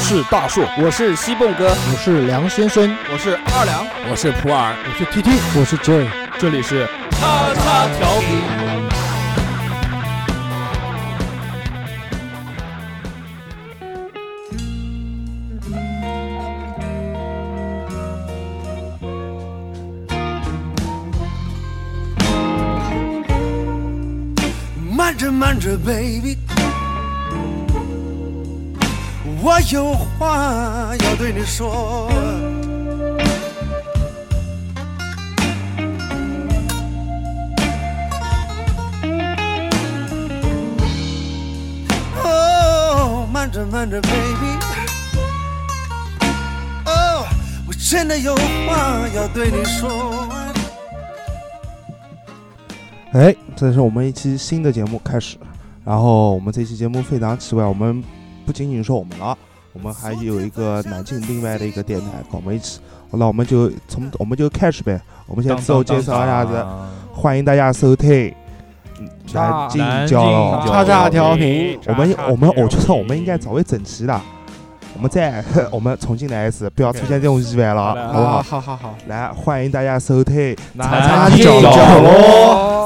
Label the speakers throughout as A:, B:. A: 是大树，
B: 我是西蹦哥，
C: 我是梁先生，
D: 我是二两，
E: 我是普洱，
F: 我是 T T，
G: 我是 J，
A: 这里是
H: 叉叉调频。
I: 慢着，慢着，baby，我有话要对你说。哦，慢着，慢着，baby，哦，我真的有话要对你说。
J: 哎，这是我们一期新的节目开始，然后我们这期节目非常奇怪，我们不仅仅是我们了，我们还有一个南京另外的一个电台跟我们一起，那我们就从我们就开始呗，我们先自我介绍一下子，欢迎大家收听南京
E: 交
J: 叉
C: 叉调频，
J: 我们我们我觉得我们应该早为整齐了。我们再， 我们重新来一次，不要出现这种意外了
C: ，okay,
J: 好不好？
C: 好好好，
J: 来，欢迎大家收听
E: 南
J: 京
E: 角
J: 落。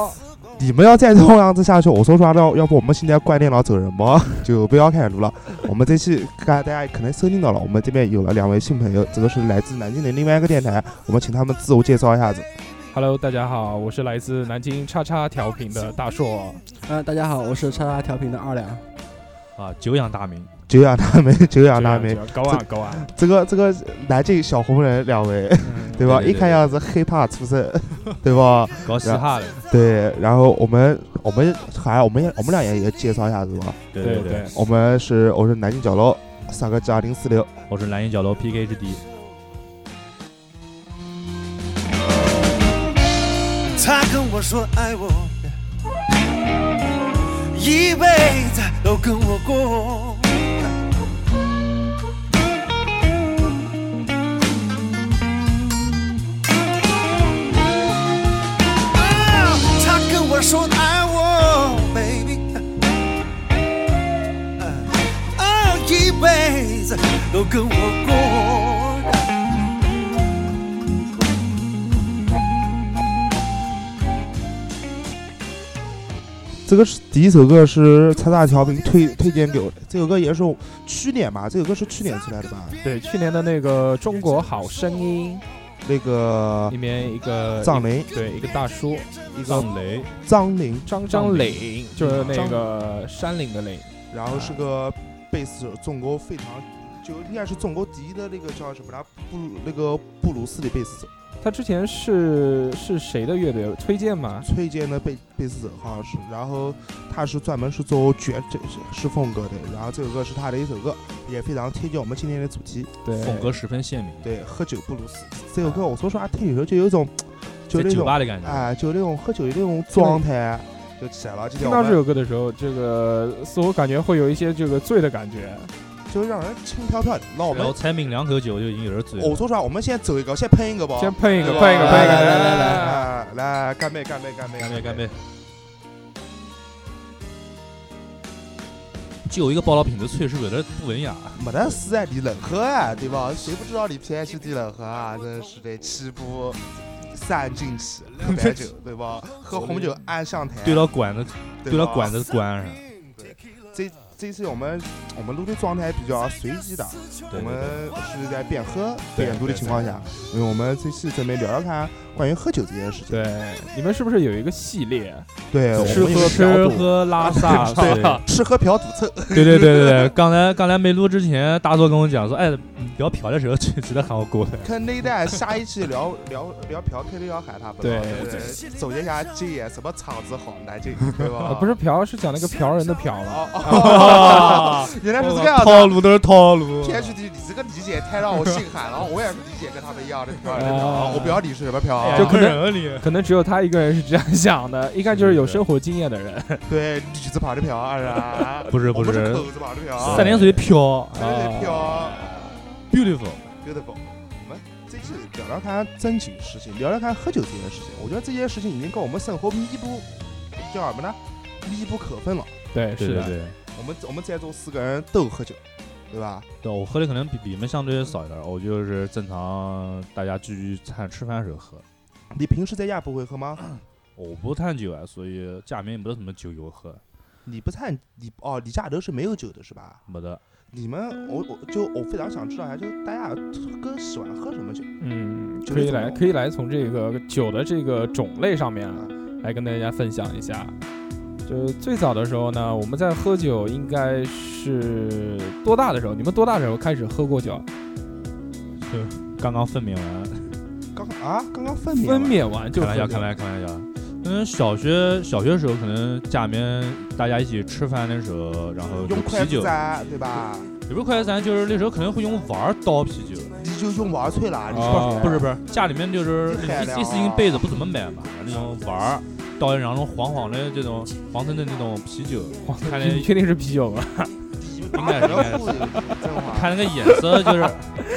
J: 你们要再这样子下去，我说实话，要要不我们现在关电脑走人吧， 就不要开始录了。我们这期大家可能收听到了，我们这边有了两位新朋友，这个是来自南京的另外一个电台，我们请他们自我介绍一下子。
K: Hello，大家好，我是来自南京叉叉调频的大硕。
L: 嗯、呃，大家好，我是叉叉调频的二两。
E: 啊，久仰大名。
J: 久仰大名，久仰大名，
K: 高啊高啊！
J: 这个这个南京小红人两位，嗯、 对吧？
E: 对对对
J: 一看样子黑怕出身， 对吧？
E: 搞嘻哈的。
J: 对，然后我们我们还我们我们俩也也介绍一下，是吧？
E: 对对对，
J: 我们是我是南京角落三个 G 二零四六，
E: 我是南京角落 PK 之敌。
I: 他跟我说爱我，一辈子都跟我过。我说爱我，baby，啊，一辈子都跟我
J: 过。这个是第一首歌是蔡大乔给推推荐给我的，这首歌也是去年吧，这首歌是去年出来的吧？
K: 对，去年的那个《中国好声音》。
J: 那个
K: 里面一个
J: 张磊，
K: 对一个大叔，
E: 一个张磊，
J: 张林，
K: 张张磊，就是那个山岭的岭，
J: 然后是
K: 啊
J: 个贝斯手，中国非常就应该是中国第一的那个叫什么来，布那个布鲁斯的贝斯手。
K: 他之前是是谁的乐队？崔健吗？
J: 崔健的贝贝斯手好像是，然后他是专门是做爵士风格的，然后这首歌是他的一首歌，也非常贴近我们今天的主题，
K: 对，
E: 风格十分鲜明。
J: 对，喝酒布鲁斯这
K: 啊
J: 首歌，我说实话啊听的时候就有一种，就那
E: 酒
J: 种
E: 吧的感觉，
J: 哎，就那种喝酒的那种状态，啊就起来了。
K: 听到这首歌的时候，这个似乎感觉会有一些这个醉的感觉。
J: 就让人轻飘飘的，那我
K: 啊
J: 们
E: 才抿两口酒就已经有人醉了。
J: 我说实话，我们先走一个，先喷一个吧，啊
K: 先喷一个，喷一个，喷一个，
J: 来来来来来，干杯，干杯，干杯，
E: 干
J: 杯，
E: 干杯。就有一个报道品的翠是有点不文雅，
J: 没得事啊，你冷喝啊，对吧？谁不知道你偏去地冷喝啊？真是的，气不三进气，喝白酒对吧？喝红酒按上台，
E: 对到管子，
J: 哎对
E: 到管子关上。
J: 对，这。这次我们我们录的状态比较随机的，
E: 对对对
J: 我们是在边喝边录的情况下，因为我们这次准备聊聊看关于喝酒这件事情。
K: 对，你们是不是有一个系列？
J: 对，我
E: 吃
J: 们
E: 喝
J: 有
E: 吃
J: 嫖赌
E: 喝拉撒，对
J: 吃喝嫖赌臭。
E: 对对对对对。刚才刚才没录之前，大作跟我讲说，哎，你聊嫖的时候记记得喊我过来。
J: 看那一代下一期聊聊聊嫖，肯定要喊他不
K: 对
J: 对，总结一下今夜什么场子好，南京对
K: 啊，
J: 吧？
K: 不是嫖，是讲那个嫖人的嫖
E: 啊
K: 了。
J: 哦， 原来是这个样子。
E: 套路都是套路。
J: 天去地，你这个理解太让我心寒了。我也是理解跟他们一样的嫖，
K: 啊
J: 我不要理是什么嫖，
K: 就可
E: 坑
K: 能
E: 人啊你。
K: 可能只有他一个人是这样想的，一看就是有生活经验的人。
J: 对，女子跑的嫖啊，
E: 不是
J: 我
E: 不
J: 们是
E: 是，
J: 口子跑的嫖，啊
E: 三点水飘
J: 三点水嫖
E: ，beautiful。
J: ，beautiful。我们这次聊聊看正经事情，聊聊看喝酒这件事情。我觉得这件事情已经跟我们生活密不叫什么呢？密不可分了。
K: 对，
E: 对
K: 是
E: 对
K: 的，
E: 对，
J: 我们我们在座四个人都有喝酒，对吧？
E: 对，我喝的可能比你们相对少一点儿，我就是正常大家聚聚餐吃饭的时候喝。
J: 你平时在家不会喝吗？
E: 我不探酒啊，所以家里面没得什么酒给我喝，
J: 你不菜，你哦，你家里头是没有酒的是吧？
E: 没得。
J: 你们，我我就我非常想知道一下，就是大家哥喜欢喝什么酒？
K: 嗯，
J: 就是
K: 可以
J: 怎么
K: 来，可以来从这个酒的这个种类上面啊来跟大家分享一下。就是最早的时候呢，我们在喝酒应该是多大的时候？你们多大的时候开始喝过酒？啊
E: 刚刚分娩完，
J: 刚啊，刚刚分娩
K: 分
J: 了
K: 娩完就
E: 开玩笑，
K: 喝酒
E: 开玩笑，开玩笑。嗯，小学小学时候可能家里面大家一起吃饭的时候，然后有
J: 用筷
E: 啤
J: 子
E: 酒，
J: 噻，对吧？
E: 也不是筷子咱就是那时候可能会用碗儿倒啤酒，
J: 你就用瓦脆啦，啊你
K: 哦
E: 不是不是，家里面就是
J: 你海
E: 那种
J: 量
E: 一一次性杯子不怎么买嘛，那种碗儿倒一那种黄黄的这种黄橙的那种啤酒，看那
K: 你确定是啤酒吗？
E: 应该是应该是
J: 真话。
E: 看那个眼色就是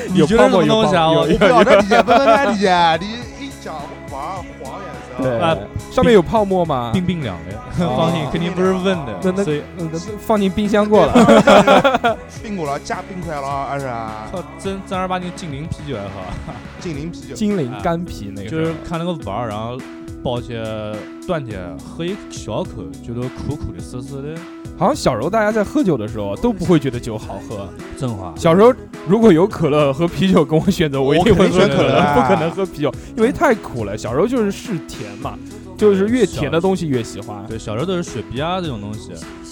E: 你
K: 有
E: 就是
K: 泡
E: 什
K: 沫
E: 么
K: 有
E: 东西啊？
K: 泡沫
E: 我
J: 我不晓得理解，不能理解。啊 你一讲黄黄颜色，
E: 啊
K: 上面有泡沫吗？
E: 冰冰凉的， 放心，肯定不是问
K: 那
E: 的。
K: 那
E: 所以
K: 嗯放进冰箱过了。
J: 冰果了，加冰块了，二是啊，
E: 靠真正儿八经精灵啤酒还好，啊
J: 精灵啤酒。
K: 精灵干啤那个
E: 就是是看那个碗儿，然后抱起端起来喝一小口，觉得苦苦的、涩涩的，
K: 好像小时候大家在喝酒的时候都不会觉得酒好喝。
E: 真话。
K: 小时候如果有可乐和啤酒跟我选择，我一定会
J: 我
K: 喝
J: 肯定选可乐啊
K: 不可能喝啤酒，因为太苦了。小时候就是嗜甜嘛，就是越甜的东西越喜欢。
E: 对，小时候都是雪碧啊这种东西。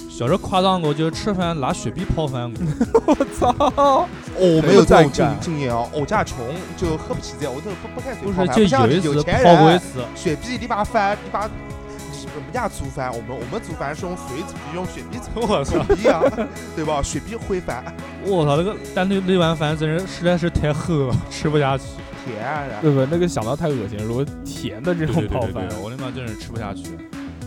E: 小时候夸张过，就是吃饭拿雪碧泡饭过。
K: 我操！
J: 我没有这
K: 在
J: 种经经验哦，我家穷就喝不起这，我都不不开水
E: 不
J: 泡
E: 是，
J: 饭，
E: 就
J: 像
E: 有一
J: 你有
E: 次
J: 钱
E: 泡过一
J: 人，
E: 次，
J: 雪碧你把饭你把。我们家煮饭，我们我们煮饭是用水煮，用雪碧煮，
E: 我操！
J: 不一样，对吧？雪碧灰饭
E: 我操，那个但那那碗饭真是实在是太齁了，吃不下去。
J: 甜啊！然后
K: 对不，那个想到太恶心了。如果甜的这种泡饭，
E: 我他妈真是吃不下去。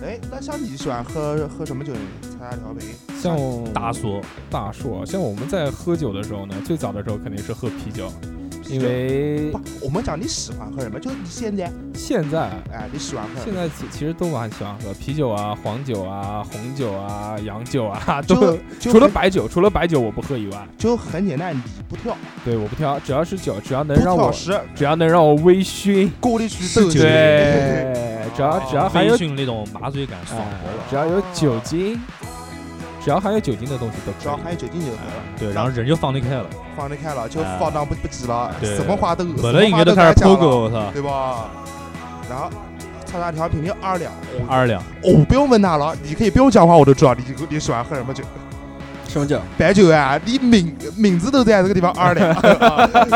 J: 哎，那像你喜欢喝喝什么酒呢？参加调频，
K: 像
E: 大叔，
K: 大硕，像我们在喝酒的时候呢，最早的时候肯定是喝啤酒，因为
J: 不，我们讲你喜欢喝什么，就是你现在，
K: 现在
J: 哎，你喜欢喝什
K: 现
J: 么，
K: 在其其实都蛮喜欢喝啤酒啊、黄酒啊、红酒啊、洋酒啊，都
J: 就就
K: 除了
J: 很
K: 白酒，除了白酒我不喝以外，
J: 就很简单，你不跳，
K: 对我不挑，只要是酒，只要能
J: 不
K: 让
J: 挑
K: 我
J: 食，
K: 只要能让我微醺，
J: 过滤去斗
E: 酒
J: 酒，
K: 对，只要只要还有
E: 微醺那种麻醉感爽
K: 哎
E: 活了。
K: 只要有酒精，只要含有酒精的东西都
J: 只要
K: 可以。
J: 含有酒精就可以了，
E: 对，然后人就放得开了，
J: 放得开了，就
E: 哎
J: 放
L: 啊
J: 荡不不羁了，
E: 对
J: 什么话都
E: 本
J: 什
E: 来
J: 么
E: 应
J: 话
E: 该都开
J: 敢
E: 始
J: 讲了，
E: 抛狗，我操，
J: 对吧？然后。叉叉调频频二两，我、
E: 二两，
J: 我不用问他了，你可以不用讲话，我都知道你你喜欢喝什么酒，
L: 什么酒？
J: 白酒啊，你名名字都在这个地方二 两，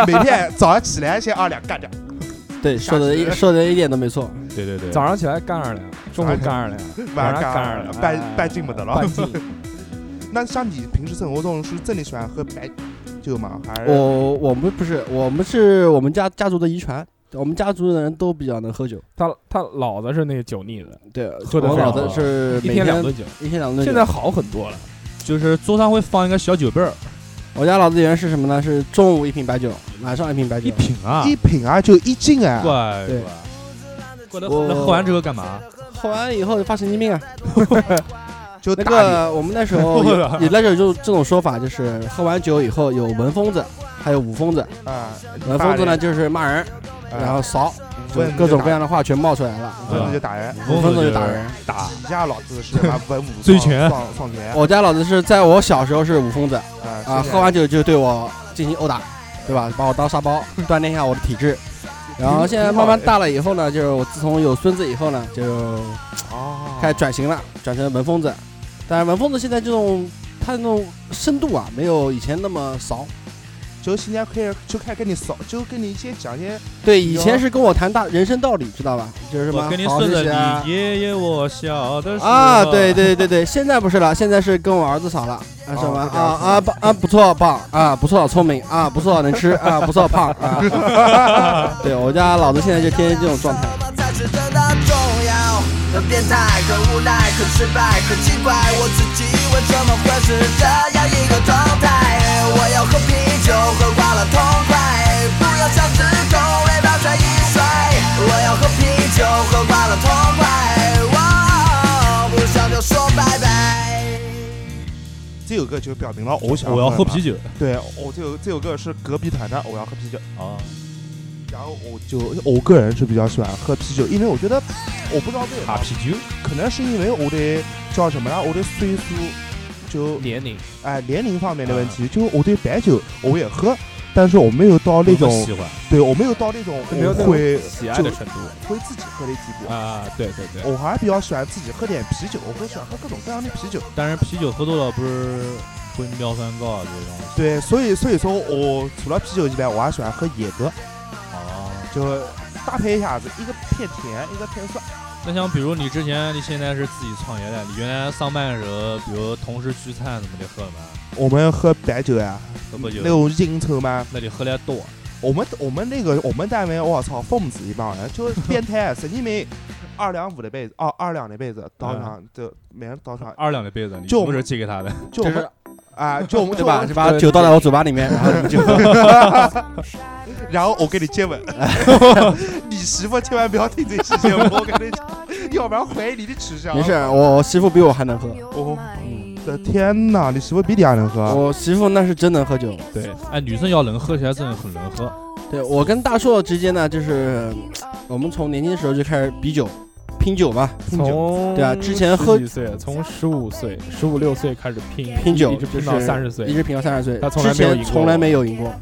J: 每天早上起来先二两干掉，
L: 对，说的一
J: 下次
L: 说的一点都没错。
E: 对对对，
K: 早上起来干二两，中午干二两，
J: 晚上
K: 上干
J: 干
K: 二
J: 二
K: 两
J: 两，，
K: 哎
J: 半半斤没得了
K: 半。斤。
J: 那像你平时生活中是真的喜欢喝白酒吗？还是
L: 我我们不是，我们是我们家家族的遗传，我们家族的人都比较能喝酒。
K: 他他老子是那个酒腻子，
L: 对，
K: 喝得
L: 我
K: 非
L: 老
K: 常
L: 的
K: 好
L: 是
K: 一
L: 每
K: 天两顿酒，
L: 一天两顿酒。
K: 现在好很多了。
E: 就是桌上会放一个小酒杯儿，
L: 我家老子原是什么呢？是中午一瓶白酒，晚上一瓶白酒。
E: 一瓶啊，
J: 一瓶啊，就一斤啊？
E: 乖
L: 对
E: 乖。过来，
L: 我
E: 那喝完之后干嘛？
L: 喝完以后就发神经病啊！
J: 就
L: 那
J: 大理
L: 个我们那时候有有那时候就这种说法，就是喝完酒以后有文疯子，还有武疯子。
J: 啊，
L: 文疯子呢就是骂人，
J: 啊
L: 然后勺，就
J: 问
L: 各种各样的话全冒出来了。
J: 问子就打人，
L: 五分钟就打人。
E: 打，
J: 你家老子是把文武
E: 醉拳
J: 啊放放拳
L: 啊我家老子是在我小时候是武疯子啊，
J: 啊
L: 喝完酒就对我进行殴打，对吧？把我当沙包，锻炼一下我的体质。然后现在慢慢大了以后呢，就是我自从有孙子以后呢，就
J: 哦，
L: 开始转型了，转成文疯子。但是文疯子现在这种他那种深度啊，没有以前那么骚。
J: 就现在开始就开始跟你扫，就跟你先讲一些
L: 对，以前是跟我谈大人生道理，知道吧？就是什么
E: 我跟你
L: 好好
E: 顺
L: 学习
E: 着
L: 啊
E: 你爷爷我小的时候
L: 啊，对，对对对，现在不是了，现在是跟我儿子吵了，啊什么
J: 哦
L: 啊啊不啊不错棒啊不错聪明啊不错能吃啊不错胖啊，对我家老子现在就天天这种状态。
A: 才是真的重要。很变态，很无奈，很失败，很奇怪，我自己为什么会是这样一个状态？我要喝啤酒，喝挂了痛快，不要像只狗，尾巴甩一甩。我要喝啤酒，喝挂了痛快，哇，不想就说拜拜。
J: 这首歌就表明了我想
E: 我要喝啤
J: 酒。
E: 酒
J: 对，我这首这首歌是隔壁团的，我要喝啤酒。
E: 啊，
J: 然后我就我个人是比较喜欢喝啤酒，因为我觉得我不知道为
E: 打
J: 啥，
E: 啊啤酒，
J: 可能是因为我的叫什么啊呢？我的岁数就
E: 嗯
K: 年龄
J: 哎年龄方面的问题，就是我对白酒我也喝，但是我没有到那种
E: 我喜欢
J: 对我没有到那种
K: 没有那
J: 我
K: 种
J: 会
K: 喜爱的程度
J: 会自己喝的地步。
K: 啊，对对对，
J: 我还比较喜欢自己喝点啤酒，我会喜欢喝各种各样的啤酒。
E: 但是啤酒喝多了不是会尿酸高啊这些东西
J: 对，所以所以说我除了啤酒以外，我还喜欢喝野格，
E: 啊。
J: 就搭配一下子，一个偏甜，一个偏酸。
E: 那像比如你之前，你现在是自己创业的，你原来上班的时候，比如同事聚餐怎么的喝嘛，
J: 我们喝白酒呀、
E: 喝不
J: 那
E: 酒，
J: 种应酬嘛。
E: 那你喝的多，
J: 我们我们那个我们单位，我操，疯子一帮人，就是变态，啊神经病。二两五的杯子，哦，二两的杯子，倒
E: 嗯
J: 上就每人倒上，
E: 二两的杯子，你
J: 就
E: 什么时候借给他的？
J: 就我
L: 就
J: 们
L: 是
J: 啊，就我们
L: 对吧？
J: 就
L: 就
J: 我
L: 把酒倒在我嘴巴里面，然后你们就
J: 们 然后我跟你 接吻，你媳妇千万不要听这期节目，我跟你讲，要不然怀疑你的取向。
L: 没事。我我媳妇比我还能喝，
J: 哦，我的天哪，你媳妇比你还能喝，
L: 我媳妇那是真能喝酒。
E: 对，哎，女生要能喝，起来真的很能喝。
L: 对我跟大硕之间呢，就是嗯我们从年轻的时候就开始比酒、拼酒嘛，
K: 从
L: 对啊之前喝
K: 十几岁，从十五岁、十五六岁开始拼
L: 拼酒
K: 一直拼到
L: 就是
K: 三十
L: 一
K: 岁，
L: 直拼到三十岁
K: 他，从来
L: 之
K: 没有赢
L: 前
K: 过
L: 从来没有赢过。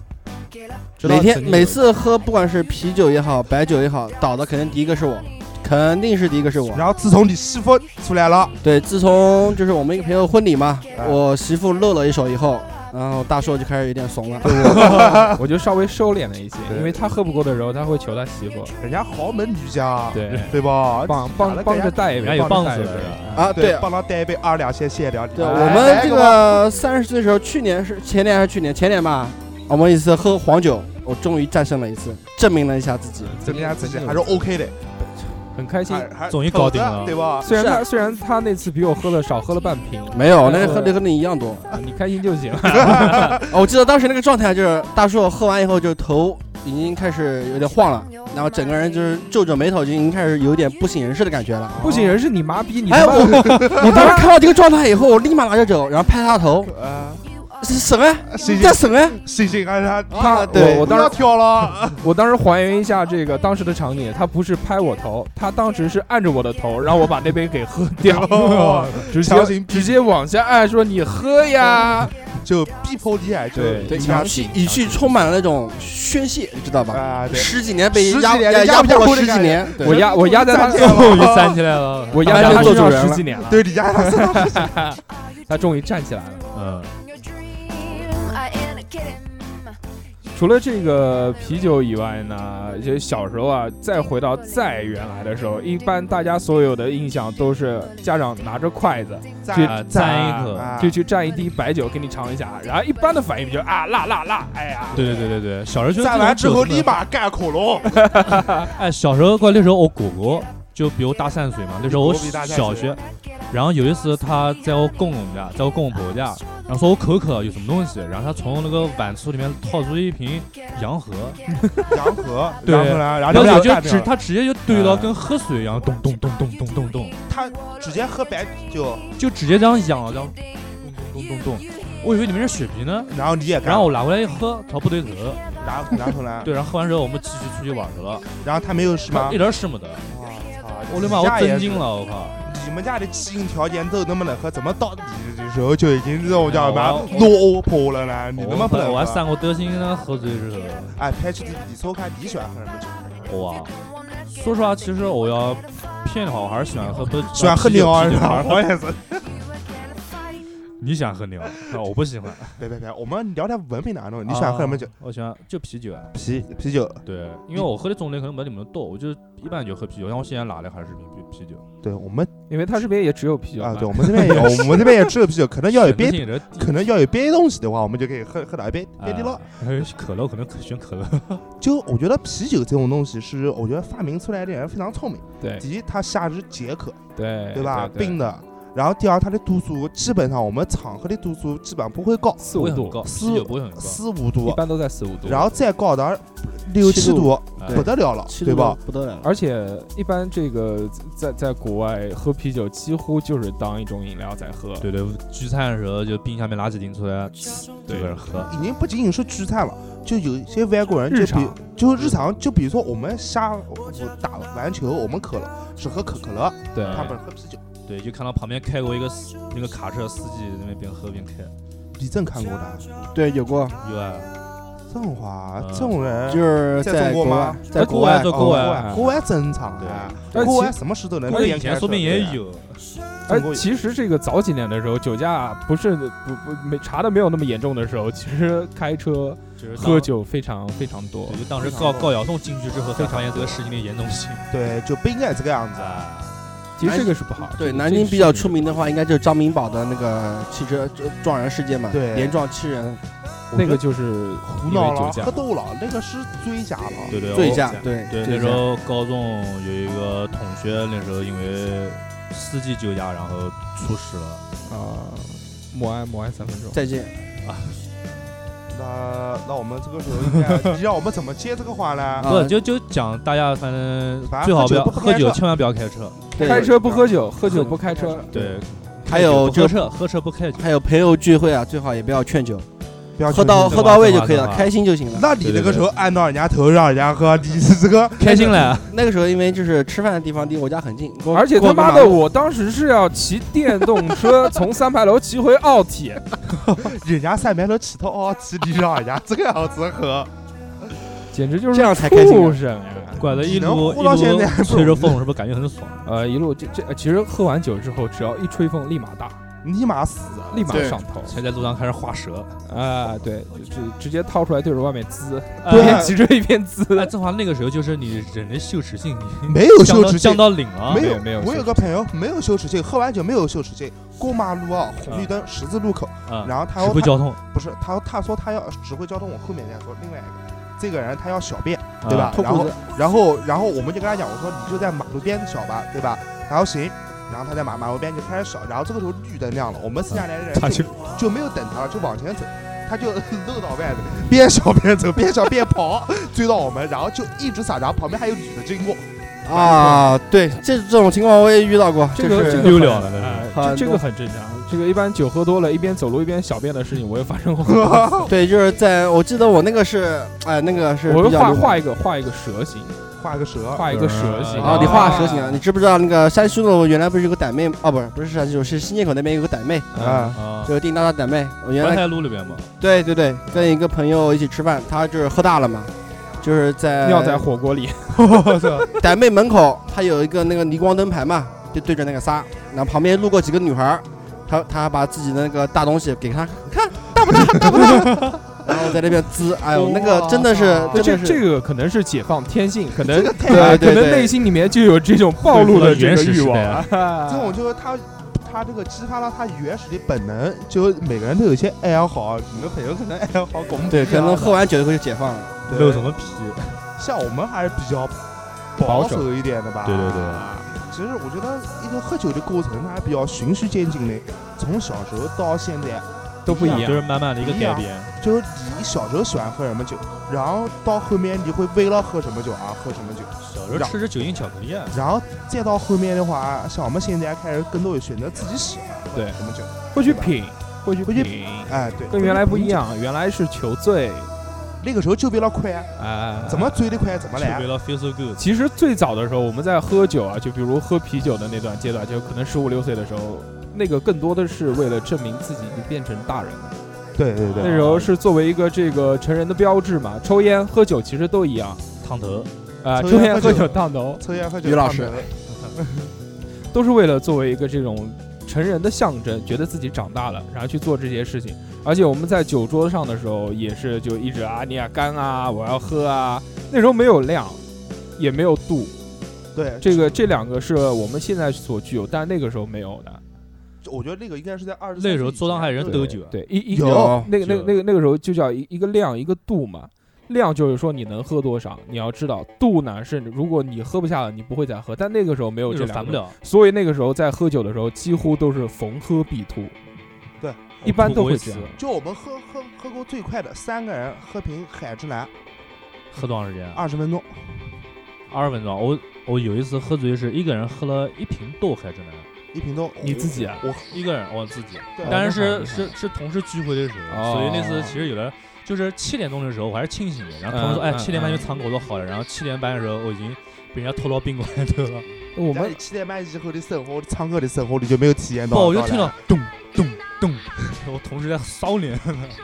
K: 直到
L: 每天
K: 曾经
L: 每次喝，不管是啤酒也好，白酒也好，倒的肯定第一个是我，肯定是第一个是
K: 啊
L: 我。
J: 然后自从你媳妇出来了，
L: 对，自从就是我们一个朋友婚礼嘛，
K: 啊
J: 哎
L: 我媳妇露了一手以后，然后大硕就开始有点怂了。
K: 我就稍微收敛了一些，
J: 对
K: 因为他喝不过的时候，他会求他媳妇，
J: 人家豪门女家，
K: 对，
J: 对吧？
K: 帮帮帮着带一
E: 人家
K: 杯，
E: 有
K: 帮着
E: 棒子
K: 带一
E: 的
K: 杯。
L: 啊，
J: 对
L: 对，
J: 帮他带一杯二两先谢两。
L: 对，
K: 哎
L: 我们这个三十岁的时候，去年是前年还是去年？前年吧，我们一次喝黄酒，我终于战胜了一次，证明了一下自己。
J: 证明一下自己
K: 曾经
J: 还是 OK 的，
K: 很开心。
J: 还还
E: 终于搞定了
J: 对吧？
K: 虽然
L: 是啊
K: 他虽然他那次比我喝了少喝了半瓶，
L: 没有，那
K: 但
L: 个
K: 是
L: 喝的和你一样多、
K: 你开心就行。
L: 哦我记得当时那个状态就是，大硕喝完以后就头已经开始有点晃了，然后整个人就是皱着眉头，就已经开始有点不省人事的感觉 了。
K: 不省人事，你麻痹你
L: 哎，
K: 他妈
L: 我我当时看到这个状态以后，我立马拿着酒，然后拍他头，
J: 呃，
L: 是什么？
J: 星
L: 你
J: 星
L: 在啊什么？
J: 星星还是他
L: 啊，
K: 我
L: 对
K: 我
J: 不
K: 当
J: 要
K: 时
J: 跳 了，
K: 我当时还原一下这个当时的场景，他不是拍我头，他当时是按着我的头，让我把那杯给喝 掉， 直
J: 哦强行
K: 接
J: 逼
K: 直接往下按，说你喝呀。
J: 就逼迫你哎，就
K: 对
L: 对，
J: 强
L: 语
J: 行
L: 气语气充满了那种宣泄，你知道吧？
J: 啊，对，
L: 十几年被
J: 十
L: 压
J: 几年压
L: 压
J: 不下
L: 迫
J: 去
L: 了十几
J: 的感觉
L: 年，对
K: 我压 我压在他，
E: 终于站起来了，
K: 我压在他
L: 做
K: 身
L: 主
K: 上
L: 人
K: 十
L: 了
K: 几年了，
J: 对你家他是
K: 他终于站起来了。
E: 嗯，
K: 除了这个啤酒以外呢，就小时候啊，再回到再原来的时候，一般大家所有的印象都是家长拿着筷子
E: 啊蘸一口，
K: 就去蘸一滴白酒给你尝一下，然后一般的反应就是啊辣辣辣，哎呀，
E: 对对对对对，小时候觉得
J: 站
E: 这种
J: 完之后
E: 酒真
J: 立
E: 的
J: 马干恐龙，
E: 哎，小时候过那时候我哥哥就比我大三岁嘛，那时候我小学，然后有一次他在我公公家，在我公公婆家，然后说我口渴有什么东西，然后他从那个碗橱里面掏出一瓶洋河，
J: 洋河，
E: 对
J: 然后呢，然后
E: 然
J: 你们
E: 后
J: 俩
E: 就
J: 干
E: 直
J: 掉了，
E: 他直接就兑到跟喝水一样，咚咚咚咚咚咚咚，
J: 他直接喝白酒，
E: 就直接这样仰了，这样咚咚咚咚咚，我以为里面是雪碧呢，
J: 然后你也干，
E: 然后我拿过来一喝，操不对头，
J: 然后然后呢，
E: 对，然后喝完之后我们继续出去玩去了，
J: 然后他没有事吗
E: 一？点事没得，
J: 哇操
E: 我他妈我
J: 你家也
E: 震
J: 是
E: 惊了，我靠。
J: 你们家的基因条件都那么能喝，怎么到你的时候就已经这种叫什
E: 哎我
J: 么落魄了呢？你他妈不能
E: 我还
J: 喝！
E: 上过德兴那个喝醉之后，
J: 哎，拍出去你抽看你喜欢喝什么酒？
E: 哇！说实话，其实我要骗的话，我还是喜欢喝不
J: 喜欢喝牛啊？
E: 啤
J: 是
E: 酒
J: 吧？我也是。
E: 你想喝牛，啊我不喜 欢。
J: 别别别，我们聊点文明的啊，你喜欢喝什么酒
E: 啊？？我喜欢就啤酒啊。
J: 啤啤酒。
E: 对，因为我喝的种类可能没你们多，我就一般就喝啤酒。像我现在拿的还是啤啤酒。
J: 对我们
K: 因为他这边也只有啤酒
J: 啊，
K: 嘛
J: 对我们这边也有，我们这边也只有啤酒，可能要有
E: 选
J: 别
E: 择，性人
J: 可能要有别的东西的话，我们就可以喝喝到一杯
E: 啊
J: 别的了。
E: 哎可乐可能可选可乐。
J: 就我觉得啤酒这种东西是，我觉得发明出来的人非常聪明。
K: 对
J: 第一，它下肢解渴，
K: 哎对
J: 对吧？冰
K: 的
J: 的。然后第二，它的度数基本上我们场合的度数基本上不会高，
K: 四
E: 不
K: 五
E: 会很
K: 度，
E: 高，
J: 四
E: 啤酒不会很高。
J: 四五
K: 一
J: 度，
K: 般都在四五度。
J: 然后再高的六七度
E: 哎
J: 不得了了，
L: 七度
J: 对吧？
L: 不得了了，
K: 而且一般这个在在国外喝啤酒几乎就是当一种饮料在喝，
E: 对对，聚餐的时候就冰箱里面拿几瓶出来，对，
K: 对，
E: 喝。
J: 已经不仅仅是聚餐了，就有些外国人就
K: 日
J: 比
K: 常
J: 就日常就比如说我们瞎我打完球，我们渴了是喝可可乐，
K: 对，
J: 他们
E: 哎
J: 喝啤酒。
E: 对，就看到旁边开过一个司那个卡车司机，那边边喝边开。
J: 李正看过的，呃
L: 对，有过，
E: 有啊，
J: 振华
E: 嗯
J: 这种人
L: 就是
J: 哎在中国
L: 国
J: 吗
L: 外，在
E: 国
L: 国外
E: 在
J: 哦
E: 国
J: 国
E: 外，
J: 外国外正常
E: 对
J: 啊，
K: 但
J: 国外
K: 其
J: 什么事都能
E: 国外以
J: 变开
E: 前
J: 始
E: 说不定也
J: 对啊
E: 有，
K: 而
J: 中国有
K: 其实这个早几年的时候，酒驾不是不不没查的没有那么严重的时候，其实开车
E: 就是当
K: 喝。酒非常非常多
E: 对，。就当时告告姚栋进去之后，才发现这个事情的严重性。
J: 对，就不应该这个样子。
E: 啊，
K: 其实这个是不好。
L: 对，
K: 这个
L: 南京比较出。名的话，应该就是张明宝的那个汽车呃撞人事件嘛，
J: 对
L: 连撞七人，
K: 这那个就是
J: 胡
K: 胡
J: 闹
K: 酒
J: 了，
K: 驾
J: 喝，多了，那个是醉驾了。
E: 对对，
L: 醉
E: 我
L: 驾，对
E: 对，
L: 醉
E: 那时
L: 驾
E: 候高中有一个同学，那时候因为司机酒驾，然后猝死了。
K: 啊，默哀默哀三分钟。
L: 再见，
J: 那那我们这个时候应该，你让我们怎么接这个话呢？
L: 啊
E: 不，就就讲大家，反正
J: 反正
E: 最好不要
J: 喝酒不
E: 喝
J: 开
E: 酒，
J: 车
E: 千万不要开车。
L: 对
K: 开车不喝酒，喝酒不开车。
E: 对，
L: 还有
E: 不喝
L: 就
E: 车，喝车不开酒。
L: 还有朋友聚会啊，最好也不要劝酒，
J: 不要
L: 喝
J: 酒
L: 到
K: 啊
J: 精
L: 喝到位就可以
E: 对
L: 了，
E: 吧
L: 开心就行了。
J: 那你那个时候按到人家头让人家喝， 你是这个
E: 开心了，
L: 那个时候因为就是吃饭的地方离我家很近，过
K: 而且
L: 过
K: 他
L: 个
K: 妈
L: 马
K: 的，
L: 路
K: 我当时是要骑电动 车从三牌楼骑回奥体，
J: 人家三排头起头哦，起你让人家这个样子喝，
K: 简直就是
L: 这样才开心啊
K: 畜生呀！
E: 拐了一
J: 你能
E: 路
J: 呼
E: 一
J: 到
E: 路
J: 现在不
E: 吹着风，是不是感觉很爽？
K: 呃，一路这这，其实喝完酒之后，只要一吹风，立马大，
J: 立马死啊！
K: 立马
L: 对
K: 上头。
E: 才在路上开始画蛇。
K: 啊，对，就直直接掏出来对着外面滋，一
J: 对
K: 边骑车一边滋
E: 哎，。正好那个时候就是你人的羞耻心已经
J: 没有
E: 降
J: 羞
E: 到
J: 耻
E: 降
J: 心，
E: 到零了。
J: 没
K: 啊没有
J: 我有个朋友没有羞耻心，喝完酒没有羞耻心，过马路啊，红绿灯十字路口，
E: 啊，
J: 然后他
E: 指
J: 说
E: 挥
J: 他
E: 交通，
J: 不是，他他说他要指挥交通，我后面再说。另外一个，这个人他要小便，
E: 啊
J: 对吧？
L: 脱
J: 然
L: 裤
J: 后
L: 子，
J: 然后然后我们就跟他讲，我说你就在马路边小吧，对吧？然后行，然后他在马马路边就开始小，然后这个时候绿灯亮了，我们剩下来的
K: 啊
J: 人
E: 他
J: 就
E: 就
J: 就没有等他了，就往前走，他就漏到外面，边小边走，边小边跑，追到我们，然后就一直撒，然后旁边还有女的经过，
L: 啊，对，这这种情况我也遇到过，
K: 这
L: 就
K: 个
L: 是
K: 这个
E: 溜
K: 很
E: 了的
K: 哎
L: 很
K: 这这个
L: 多
K: 很正常。这个一般酒喝多了，一边走路一边小便的事情，我也发生过。
L: 对，就是在我记得我那个是，哎，那个是
K: 我会
L: 比较
K: 画
L: 流
K: 画一个画一个蛇形，
J: 画个蛇，
K: 画一个蛇形。
L: 啊，你画蛇形啊
J: 啊？
L: 你知不知道那个山西路原来不是有个傣妹啊？不是，不是山西路，是新街口那边有个傣妹，
K: 啊，
E: 啊，
L: 就是叮当的傣妹。我原
E: 淮
L: 来
E: 海路里边嘛，
L: 对对对，跟一个朋友一起吃饭，他就是喝大了嘛，就是在
K: 尿在火锅里。
L: 傣妹门口，他有一个那个霓光灯牌嘛，就对着那个撒，然后旁边路过几个女孩儿，他他把自己的那个大东西给他看大 不大，大不大，然后在那边滋，哎呦，那个真的是真
K: 这
L: 的是
K: 这个可能是解放天性，可能
L: 对
K: 可
L: 对
K: 能
L: 对
K: 内心里面就有这种暴露的这个欲望。
E: 啊
J: 这种就是他。他这个激发了他原始的本能，就每个人都有一些爱好，你的朋友可能爱好跟我们不一
L: 对，
J: 样
L: 可能
J: 的
L: 喝完酒以后就解放了。
J: 对
E: 露什么皮？
J: 像我们还是比较保
K: 保守
J: 守一点的吧。
E: 对对对。
J: 其实我觉得一个喝酒的过程，它还比较循序渐进的，从小时候到现在，
K: 都不一样
E: 就是慢慢的一个改变。
J: 就是你小时候喜欢喝什么酒，然后到后面你会为了喝什么酒而喝什么酒，
E: 小时候吃着酒精巧克力啊，
J: 然后再到后面的话，像我们现在开始更多的选择自己喜欢喝
K: 对
J: 什么酒，
K: 会去品，会去
J: 会去
K: 品，
J: 哎，对，
K: 跟原来不一。样，原来是求醉
J: 那个时候就为了快啊，
K: 啊。
J: 怎么追得快怎么
E: 就
J: 来啊
E: 为。了 feel so good。
K: 其实最早的时候，我们在喝酒啊，就比如喝啤酒的那段阶段，就可能十五六岁的时候，那个更多的是为了证明自己已经变成大人了。
J: 对对
K: 那时候是作为一个这个成人的标志嘛，抽烟、喝酒其实都一样
E: 烫头，
K: 啊、
J: 抽
K: 抽
J: 烟
K: 烟、
J: 喝
K: 喝
J: 酒
K: 酒、烫头，
J: 抽烟喝酒，
L: 于老师
J: 他们
K: 都是为了作为一个这种成人的象征，觉得自己长大了，然后去做这些事情。而且我们在酒桌上的时候，也是就一直啊，你要干啊，我要喝啊。那时候没有量，也没有度，
J: 对，
K: 这个这两个是我们现在所具有，但那个时候没有的。
J: 我觉得那个应该是在二十。
E: 那时候桌上还有人
J: 对
E: 兜酒啊，
K: 对，一一
J: 有
K: 个那个那个
E: 有
K: 那个那个时候就叫一一个量一个度嘛。量就是说你能喝多少，你要知道度呢是如果你喝不下了，你不会再喝。但那个时候没有
E: 那
K: 这
E: 时候烦
K: 两个，
E: 不了。
K: 所以那个时候在喝酒的时候，几乎都是逢喝必吐。
J: 对，
K: 一般都会
E: 我
K: 这样
E: 吐过一。次
J: 就我们喝喝喝过最快的三个人喝瓶海之蓝，
E: 喝多长时间？啊
J: 二十分钟，
E: 二十分钟。我我有一次喝醉是一个人喝了一瓶豆开真的，
J: 一瓶都
K: 你自己啊？
J: 我
E: 一个人我自己，
J: 对
E: 但
K: 那
E: 是
K: 还
E: 是是是同事聚会的时候，
K: 哦
E: 所以那次其实有的就是七点钟的时候我还是清醒的，然后他们说
K: 嗯
E: 哎
K: 嗯
E: 七点半就藏狗都好了，然后七点半的时候我已经被人家拖到宾馆里头了，
K: 我
J: 在
K: 们
J: 你七点半以后的生活，唱歌的生活，你就没有体验
E: 不
J: 到。
E: 哦我就听
J: 到
E: 到咚咚咚， 我同事在骚 脸，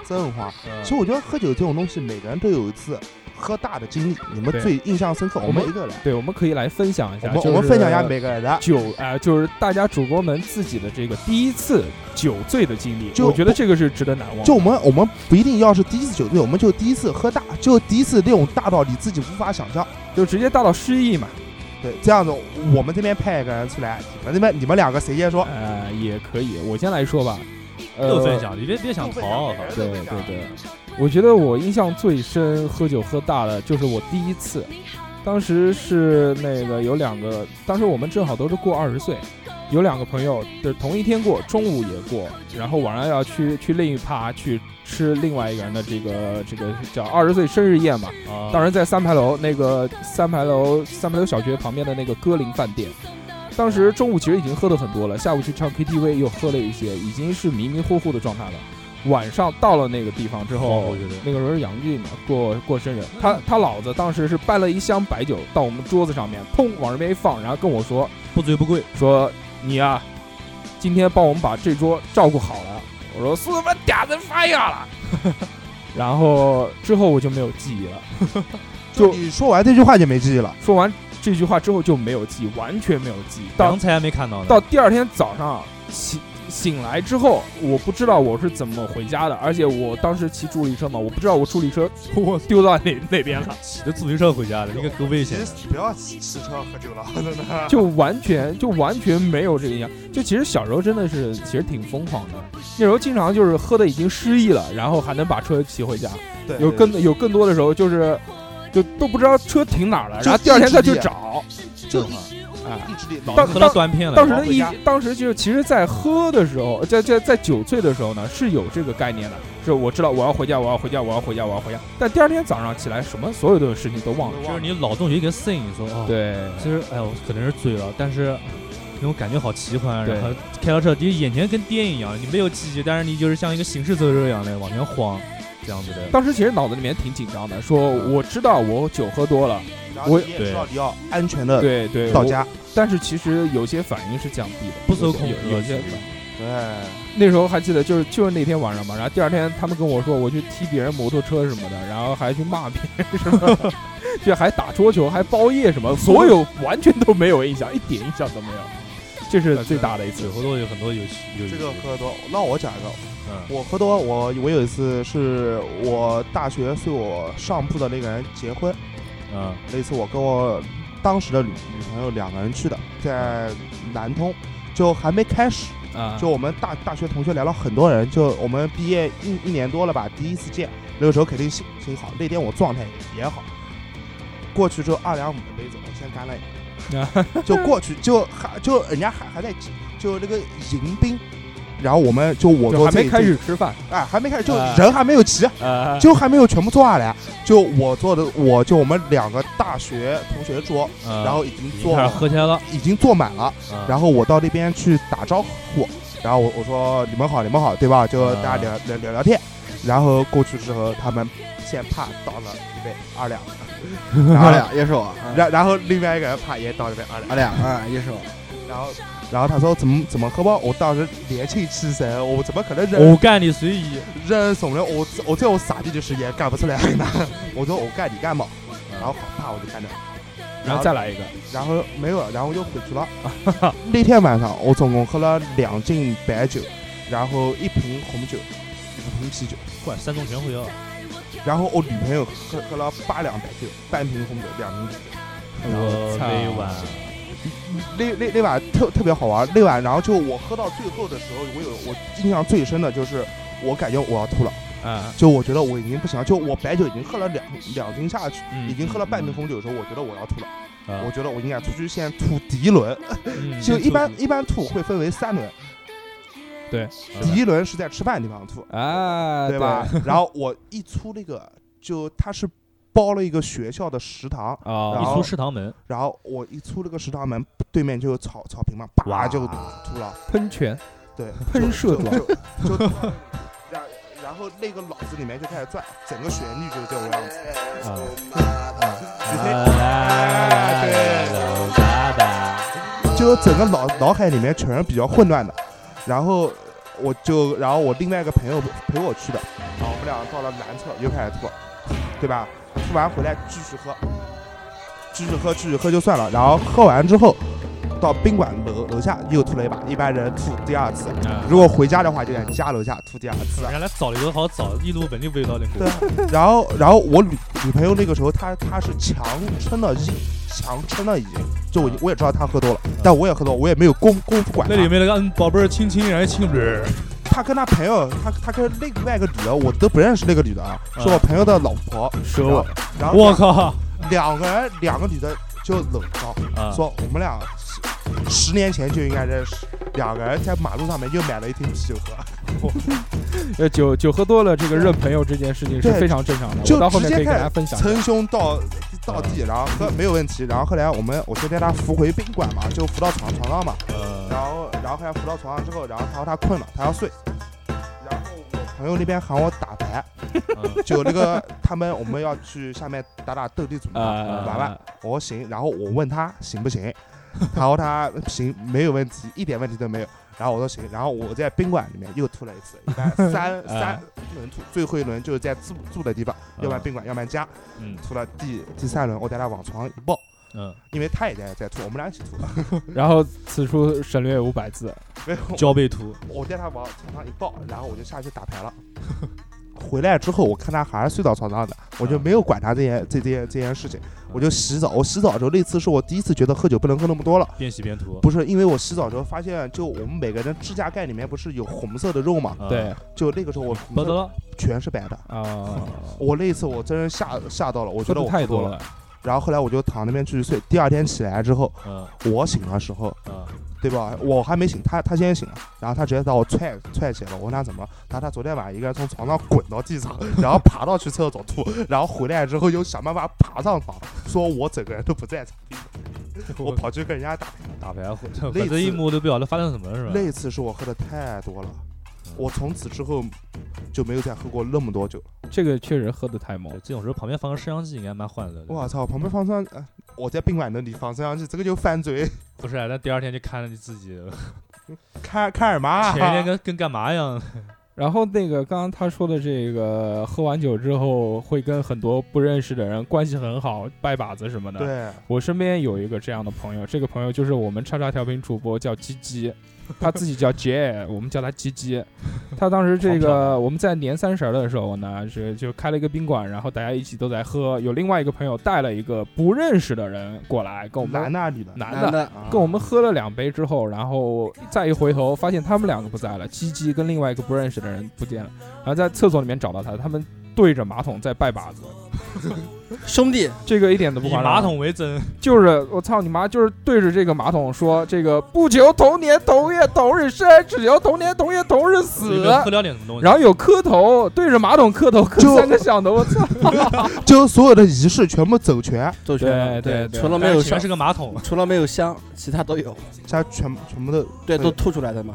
J: 真话。
E: 嗯
J: 其实我觉得喝酒这种东西，每个人都有一次喝大的经历，你们
K: 对
J: 最印象深刻，
K: 我
J: 我们
K: 们
J: 一个人。
K: 对，我们可以来分享一
J: 我
K: 下，
J: 们
K: 就是
J: 我们分享一下每个人的，
K: 酒啊、就是大家主播们自己的这个第一次酒醉的经历，
J: 就
K: 我觉得这个是值得难忘的。
J: 就我们我们不一定要是第一次酒醉，我们就第一次喝大，就第一次那种大到你自己无法想象。
K: 就直接大到失忆嘛，
J: 对，这样子我们这边派一个人出来，你们那边你们两个谁先说？
K: 呃，也可以。我先来说吧，呃，
E: 又分享，你别别想逃，啊
K: 对对对，我觉得我印象最深，喝酒喝大了，就是我第一次，当时是那个有两个，当时我们正好都是过二十岁，有两个朋友就是同一天过，中午也过，然后晚上要去去另一趴去吃另外一个人的这个这个叫二十岁生日宴嘛，
E: 啊
K: 当时在三牌楼那个三牌楼三牌楼小学旁边的那个歌林饭店。当时中午其实已经喝的很多了，下午去唱 KTV 又喝了一些，已经是迷迷糊糊的状态了。晚上到了那个地方之
E: 恍
K: 后
E: 哦惚觉得，
K: 那个时候是杨俊嘛，过过生日，他他老子当时是搬了一箱白酒到我们桌子上面，砰往这边一放，然后跟我说
E: 不醉不归，
K: 说你啊，今天帮我们把这桌照顾好了。我说苏他妈嗲的发芽了， 然后之后我就没有记忆了。就
J: 你说完这句话就没记忆了。
K: 说完这句话之后就没有记忆，完全没有记忆。到
E: 刚才还没看到呢，
K: 到第二天早上啊醒醒来之后，我不知道我是怎么回家的，而且我当时骑助力车嘛，我不知道我助力车我丢到哪哪 边了，
E: 骑着自行车回家的，应该够危险的。
J: 不要骑骑车喝酒了，真的。
K: 就完全就完全没有这个印象。就其实小时候真的是其实挺疯狂的，那时候经常就是喝的已经失忆了，然后还能把车骑回家。
J: 对
K: 有更有更多的时候就是就都不知道车停哪儿了，
J: 就
K: 然后第二天再
J: 一
K: 去
J: 直啊
K: 找，
J: 就
K: 哎。
J: 意志力
E: 老
K: 当
E: 子喝了断片了，
K: 当时的
J: 回
K: 意
J: 家，
K: 当时就是，其实，在喝的时候，在在在酒醉的时候呢，是有这个概念的，是我知道我要回家，我要回家，我要回家，我要回家。但第二天早上起来，什么所有的事情都忘了。
E: 就是你脑洞有一个摄影说哦，
K: 对，
E: 其实哎呦可能是醉了，但是那种感觉好奇幻，啊
K: 对
E: 然后开到车，就是眼前跟电影一样，你没有记忆，但是你就是像一个行尸走肉一样的往前晃，这样子的。
K: 当时其实脑子里面挺紧张的，说我知道我酒喝多了，我
J: 你也知道你要安全的
K: 对对，
J: 呃到
K: 我。
J: 家。
K: 但是其实有些反应是降低的，
E: 不受
K: 有些
E: 控制
K: 有有些
E: 了
J: 对，
K: 那时候还记得，就是就是那天晚上嘛，然后第二天他们跟我说我去踢别人摩托车什么的，然后还去骂别人 什么的，就还打桌球，还包夜什么，所有完全都没有印象，一点印象都没有。这是最大的一次
E: 酒，后头有很多有趣有
J: 这个喝多，那我讲一个，
E: 嗯
J: 我喝多，我我有一次是我大学随我上铺的那个人结婚，
E: 嗯
J: 那次我跟我当时的女女朋友两个人去的，在南通，就还没开始，
E: 嗯
K: 啊
J: 就我们大大学同学来了很多人，就我们毕业一一年多了吧，第一次见，那个时候肯定心情好，那天我状态也好。过去之后二两五的杯子，我先干了一个，就过去就还就人家还还在就那个迎宾，然后我们就我
K: 就
J: 坐
K: 还没
J: 这
K: 开始吃饭，
J: 哎还没开始就
K: 啊
J: 人还没有齐，
K: 呃，
J: 就还没有全部坐下来，就我坐的我就我们两个大学同学桌，
E: 嗯，
J: 然后已经
E: 已经
J: 坐
E: 开始喝起来了，
J: 已经坐满了，
E: 嗯
J: 然后我到那边去打招呼，然后我我说你们好，你们好，对吧？就
E: 啊
J: 大家聊聊聊聊天，然后过去之后，他们先啪倒了一杯二两， 然
L: 二
J: 后
L: 两也是我，啊
J: 然然后另外一个人啪也倒了一杯二两，
L: 二 两啊也是我，
J: 然后然后他说怎么怎么喝吧，我当时年轻气盛，我怎么可能认
E: 我干你随意，
J: 认怂了？我我这种傻逼的事也干不出来呢。我说我干你干嘛？然后啪我就干掉了，
K: 然后再来一个，
J: 然后没有了，然后又回去了。那天晚上我总共喝了两斤白酒，然后一瓶红酒，五瓶啤酒，
E: 管山东全会哦要，
J: 然后我女朋友喝喝了八两白酒，半瓶红酒，两瓶啤酒。哎
E: 我
K: 操
E: 每晚啊
J: 那那那晚特特别好玩，那晚然后就我喝到最后的时候，我有我印象最深的就是我感觉我要吐了，
K: 啊，
J: 就我觉得我已经不行了，就我白酒已经喝了两两斤下去，
K: 嗯
J: 已经喝了半瓶红酒的时候，我觉得我要吐了，
E: 啊嗯
J: 我觉得我应该出去先吐第一轮，就一般一般吐会分为三轮，
K: 对，
J: 第一轮是在吃饭的地方吐，
K: 啊，
J: 对吧？然后我一出那个，就它是包了一个学校的食堂，
K: 啊
J: 然
E: 哦一
J: 后
E: 出食堂门，
J: 然后我一出那个食堂门，对面就有草草坪嘛，叭
E: 哇
J: 就吐了，
K: 喷泉，
J: 对，
K: 喷
J: 就
K: 射
J: 就
K: 状
J: 就就 然然后那个脑子里面就开始转，整个旋律就是这个样子。
E: 啊，
J: 啊就整个脑脑海里面全是比较混乱的。然后我就，然后我另外一个朋友陪我去的，然后我们俩到了南侧又开始吐，对吧？吐完回来继续喝，继续喝，继续喝就算了。然后喝完之后，到宾馆楼楼下又吐了一把，一般人吐第二次。如果回家的话，就在家楼下吐第二次。
E: 啊原来找了一个好找，一路本地味道的
J: 对，啊然后然后我女女朋友那个时候她她是强撑了，已经强撑了已经，就我我也知道她喝多了，但我也喝多，我也没有功功夫管她。
E: 那里面那个嗯，宝贝儿亲亲，然后亲，
J: 她跟她朋友，她她跟另外一个女的，我都不认识那个女的啊，
E: 嗯
J: 是我朋友的老婆。
K: 蛇
J: 我啊然后
E: 我靠，
J: 两个人两个女的就冷到，
E: 啊，
J: 说我们俩十十年前就应该认识，两个人在马路上面又买了一瓶啤酒喝。
K: 呃，酒酒喝多了，这个认朋友这件事情是
J: 对
K: 非常正常的。
J: 就
K: 我到后
J: 直接
K: 面可以跟
J: 开始
K: 大家分享一下。
J: 称兄道道弟，然后喝没有问题，然后后来我们我就带他扶回宾馆嘛，就扶到床床上嘛，
E: 呃
J: 然后然后后来扶到床上之后，然后他说他困了，他要睡，然后我朋友那边喊我打牌，
K: 嗯
J: 就那个他们我们要去下面打打斗地主嘛，
K: 啊，
J: 玩玩，我说行，然后我问他行不行，然后他行没有问题，一点问题都没有。然后我说行，然后我在宾馆里面又吐了一次，一般
K: 啊
J: 三三轮吐，最后一轮就是在住住的地方，要不然宾馆，要不然家，
E: 嗯
J: 吐了第第三轮，我带他往床上一抱，
E: 嗯，
J: 因为他也在在吐，我们俩一起吐，
K: 然后此处省略五百字，
J: 没有，
E: 交背图，
J: 我带他往床上一抱，然后我就下去打牌了。 回来之后，我看他还是睡到床上的，我就没有管他这件这这件这件事情，我就洗澡。我洗澡的时候，那次是我第一次觉得喝酒不能喝那么多了。
E: 边洗边涂，
J: 不是，因为我洗澡的时候发现，就我们每个人指甲盖里面不是有红色的肉嘛？
E: 啊
K: 对，
J: 就那个时候我红
E: 不得
J: 色
E: 了，
J: 全是白的。
K: 啊，
J: 我那一次我真是吓吓到了，我觉嗯得
K: 说的
J: 我
K: 太
J: 喝多
K: 多了，
J: 然后后来我就躺那边继续睡。第二天起来之后，
E: 嗯
J: 我醒的时候，
E: 嗯，
J: 对吧？我还没醒，他他先醒了，然后他直接把我踹踹起来了。我问他怎么了，他说他昨天晚上一个人从床上滚到地上， 然后爬到去厕所吐，然后回来之后又想办法爬上床，说我整个人都不在场， 我跑去跟人家打
E: 打牌，
J: 类
E: 反正一
J: 似
E: 幕都不晓得发生什么了是
K: 嗯
E: 吧？
J: 那次是我喝的太多了，我从此之后就没有再喝过那么多酒了。
K: 这个确实喝的太猛
E: 对，。这种时候旁边放个摄像机应该蛮欢乐
K: 嗯
E: 的。
J: 我操，旁边放上，呃我在宾馆那里放摄像机，这个就犯 罪，
E: 不是啊，那第二天就看着你自己，
J: 看看什么啊？
E: 前一天跟跟干嘛一样，
K: 然后那个刚刚他说的这个，喝完酒之后会跟很多不认识的人关系很好，拜把子什么的。，
J: 对，
K: 我身边有一个这样的朋友，这个朋友就是我们叉叉调频主播叫鸡鸡，他自己叫 J，我们叫他鸡鸡。他当时这
E: 好漂
K: 个
E: 亮
K: 我们在年三十儿的时候呢，是就开了一个宾馆，然后大家一起都在喝，有另外一个朋友带了一个不认识的人过来跟我们
J: 男的女的，
K: 男
L: 男
K: 的。
L: 的
J: 啊
K: 跟我们喝了两杯之后，然后再一回头，发现他们两个不在了，鸡鸡跟另外一个不认识的人不见了，然后在厕所里面找到他，他们对着马桶在拜把子，
L: 兄弟，
K: 这个一点都不
E: 以
K: 夸张。
E: 马桶为真，
K: 就是我操你妈，就是对着这个马桶说这个不求同年同月同日生，只求同年同月同日
E: 你
K: 死
E: 们。喝了点什么东西？
K: 然后有磕头，对着马桶磕头，磕
J: 就
K: 三个响头，我操！
J: 啊就所有的仪式全部走全，
L: 周全，
K: 对对对
L: 除了没
E: 但
L: 有
E: 是全
L: 香
E: 是，个马 桶，
L: 除了没有香，其他都有，
J: 他全全部都
L: 对，
J: 对
L: 都吐出来的嘛。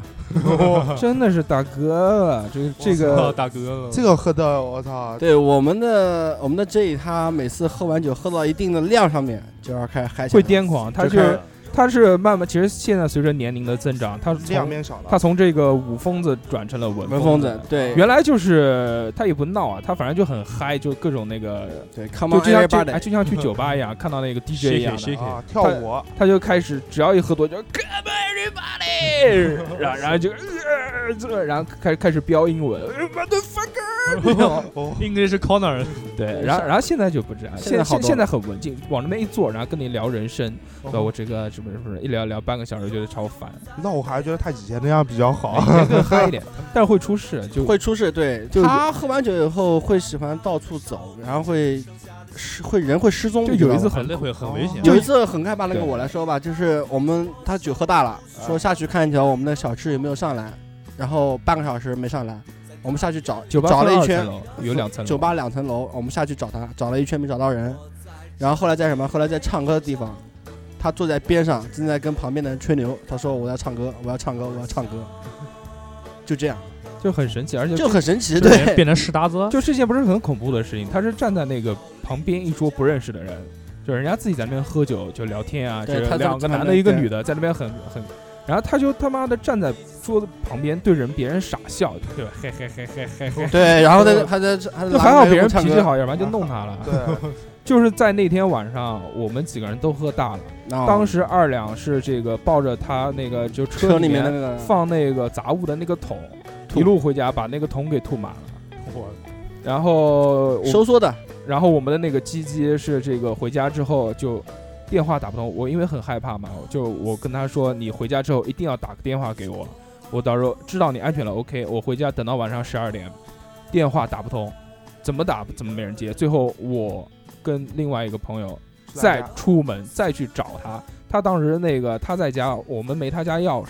K: 真的是大哥了，这个这
E: 哦
K: 个
E: 大哥，
J: 这个喝的，我操，
L: 对，我们的我们的 J 他每次喝完酒喝到一定的量上面，就要开始嗨起来
K: 会
L: 了。
K: 癫狂，他
L: 就
K: 就
L: 开
K: 是
L: 始
K: 他是慢慢，其实现在随着年龄的增长，他是
J: 量
K: 从
J: 变小了
K: 他。从这个武疯子转成了文
L: 文疯
K: 子
L: 子，，对
K: 原来就是他也不闹啊，他反正就很嗨，就各种那个，
L: 对，Come
K: 就
L: on
K: 就像就哎
L: everybody，
K: 就像去酒 吧一样，看到那个 DJ 一样
E: shake
K: 的
E: it，shake it，
J: 啊，跳舞，
K: 他就开始只要一喝多就 Come everybody，然后然后就呃这，然后开开始飙英文
J: 哦
K: ，motherfucker，
E: English corner，
K: 对，然后然后现在就不这样，
L: 现
K: 现
L: 在好
K: 现
L: 多哦
K: 现在很文静，往那边一坐，然后跟你聊人生， 对我这个什么什么，一聊聊半个小时觉得超 烦，
J: 哦那我还是觉得他以前那样比较好。
K: 以前更嗨一点，但是会出事，就
L: 会出事。对，
K: 就
L: 他喝完酒以后会喜欢到处走，然后会失会人会失踪。
K: 就
L: 你知
K: 有一
L: 道
K: 次
L: 吗
E: 很累会很危险，
L: 有一次很害怕，那个
K: 对
L: 我来说吧，就是我们他啊酒喝大了，说下去看一瞧我们的小吃有没有上来，然后半个小时没上来，我们下去找，
K: 酒吧
L: 找了
K: 分
L: 一
K: 二
L: 圈
K: 层，楼，有两层楼，
L: 酒吧两层楼，我们下去找他，找了一圈没找到人，然后后来在什么？后来在唱歌的地方，他坐在边上，正在跟旁边的人吹牛，他说我要唱歌，我要唱歌，我要唱歌，就这样，
K: 就很神奇，而且
L: 就很神奇，
E: 就变
L: 对
E: 变成石达子，
K: 就是一件不是很恐怖的事情，他是站在那个旁边一桌不认识的人，就是人家自己在那边喝酒就聊天啊，就
L: 对
K: 是
L: 他在
K: 两个
L: 他
K: 男的
L: 们
K: 一个
L: 对
K: 女的在那边很很，然后他就他妈的站在桌子旁边对人别人傻笑，对吧？嘿嘿嘿嘿嘿嘿。
L: 对，然后他还在还在
K: 就
L: 拿
K: 还好别
L: 麦
K: 人
L: 克风唱
K: 脾气
L: 歌，啊
K: 好，要不然就弄他了。
J: 对，
K: 就是在那天晚上，我们几个人都喝大了。
L: 然后
K: 当时二两是这个抱着他那个就
L: 车
K: 里
L: 里面那个
K: 放那个杂物的那个桶，一路回家把那个桶给吐满了。然后我，
L: 收缩的，
K: 然后我们的那个鸡鸡是这个回家之后就电话打不通，我因为很害怕
E: 嗯
K: 嘛，我就我跟他说你回家之后一定要打个电话给我，我到时候知道你安全了，OK，我回家等到晚上十二点，电话打不通，怎么打怎么没人接，最后我跟另外一个朋友再出门再去找他。他当时那个他在家，我们没他家钥匙，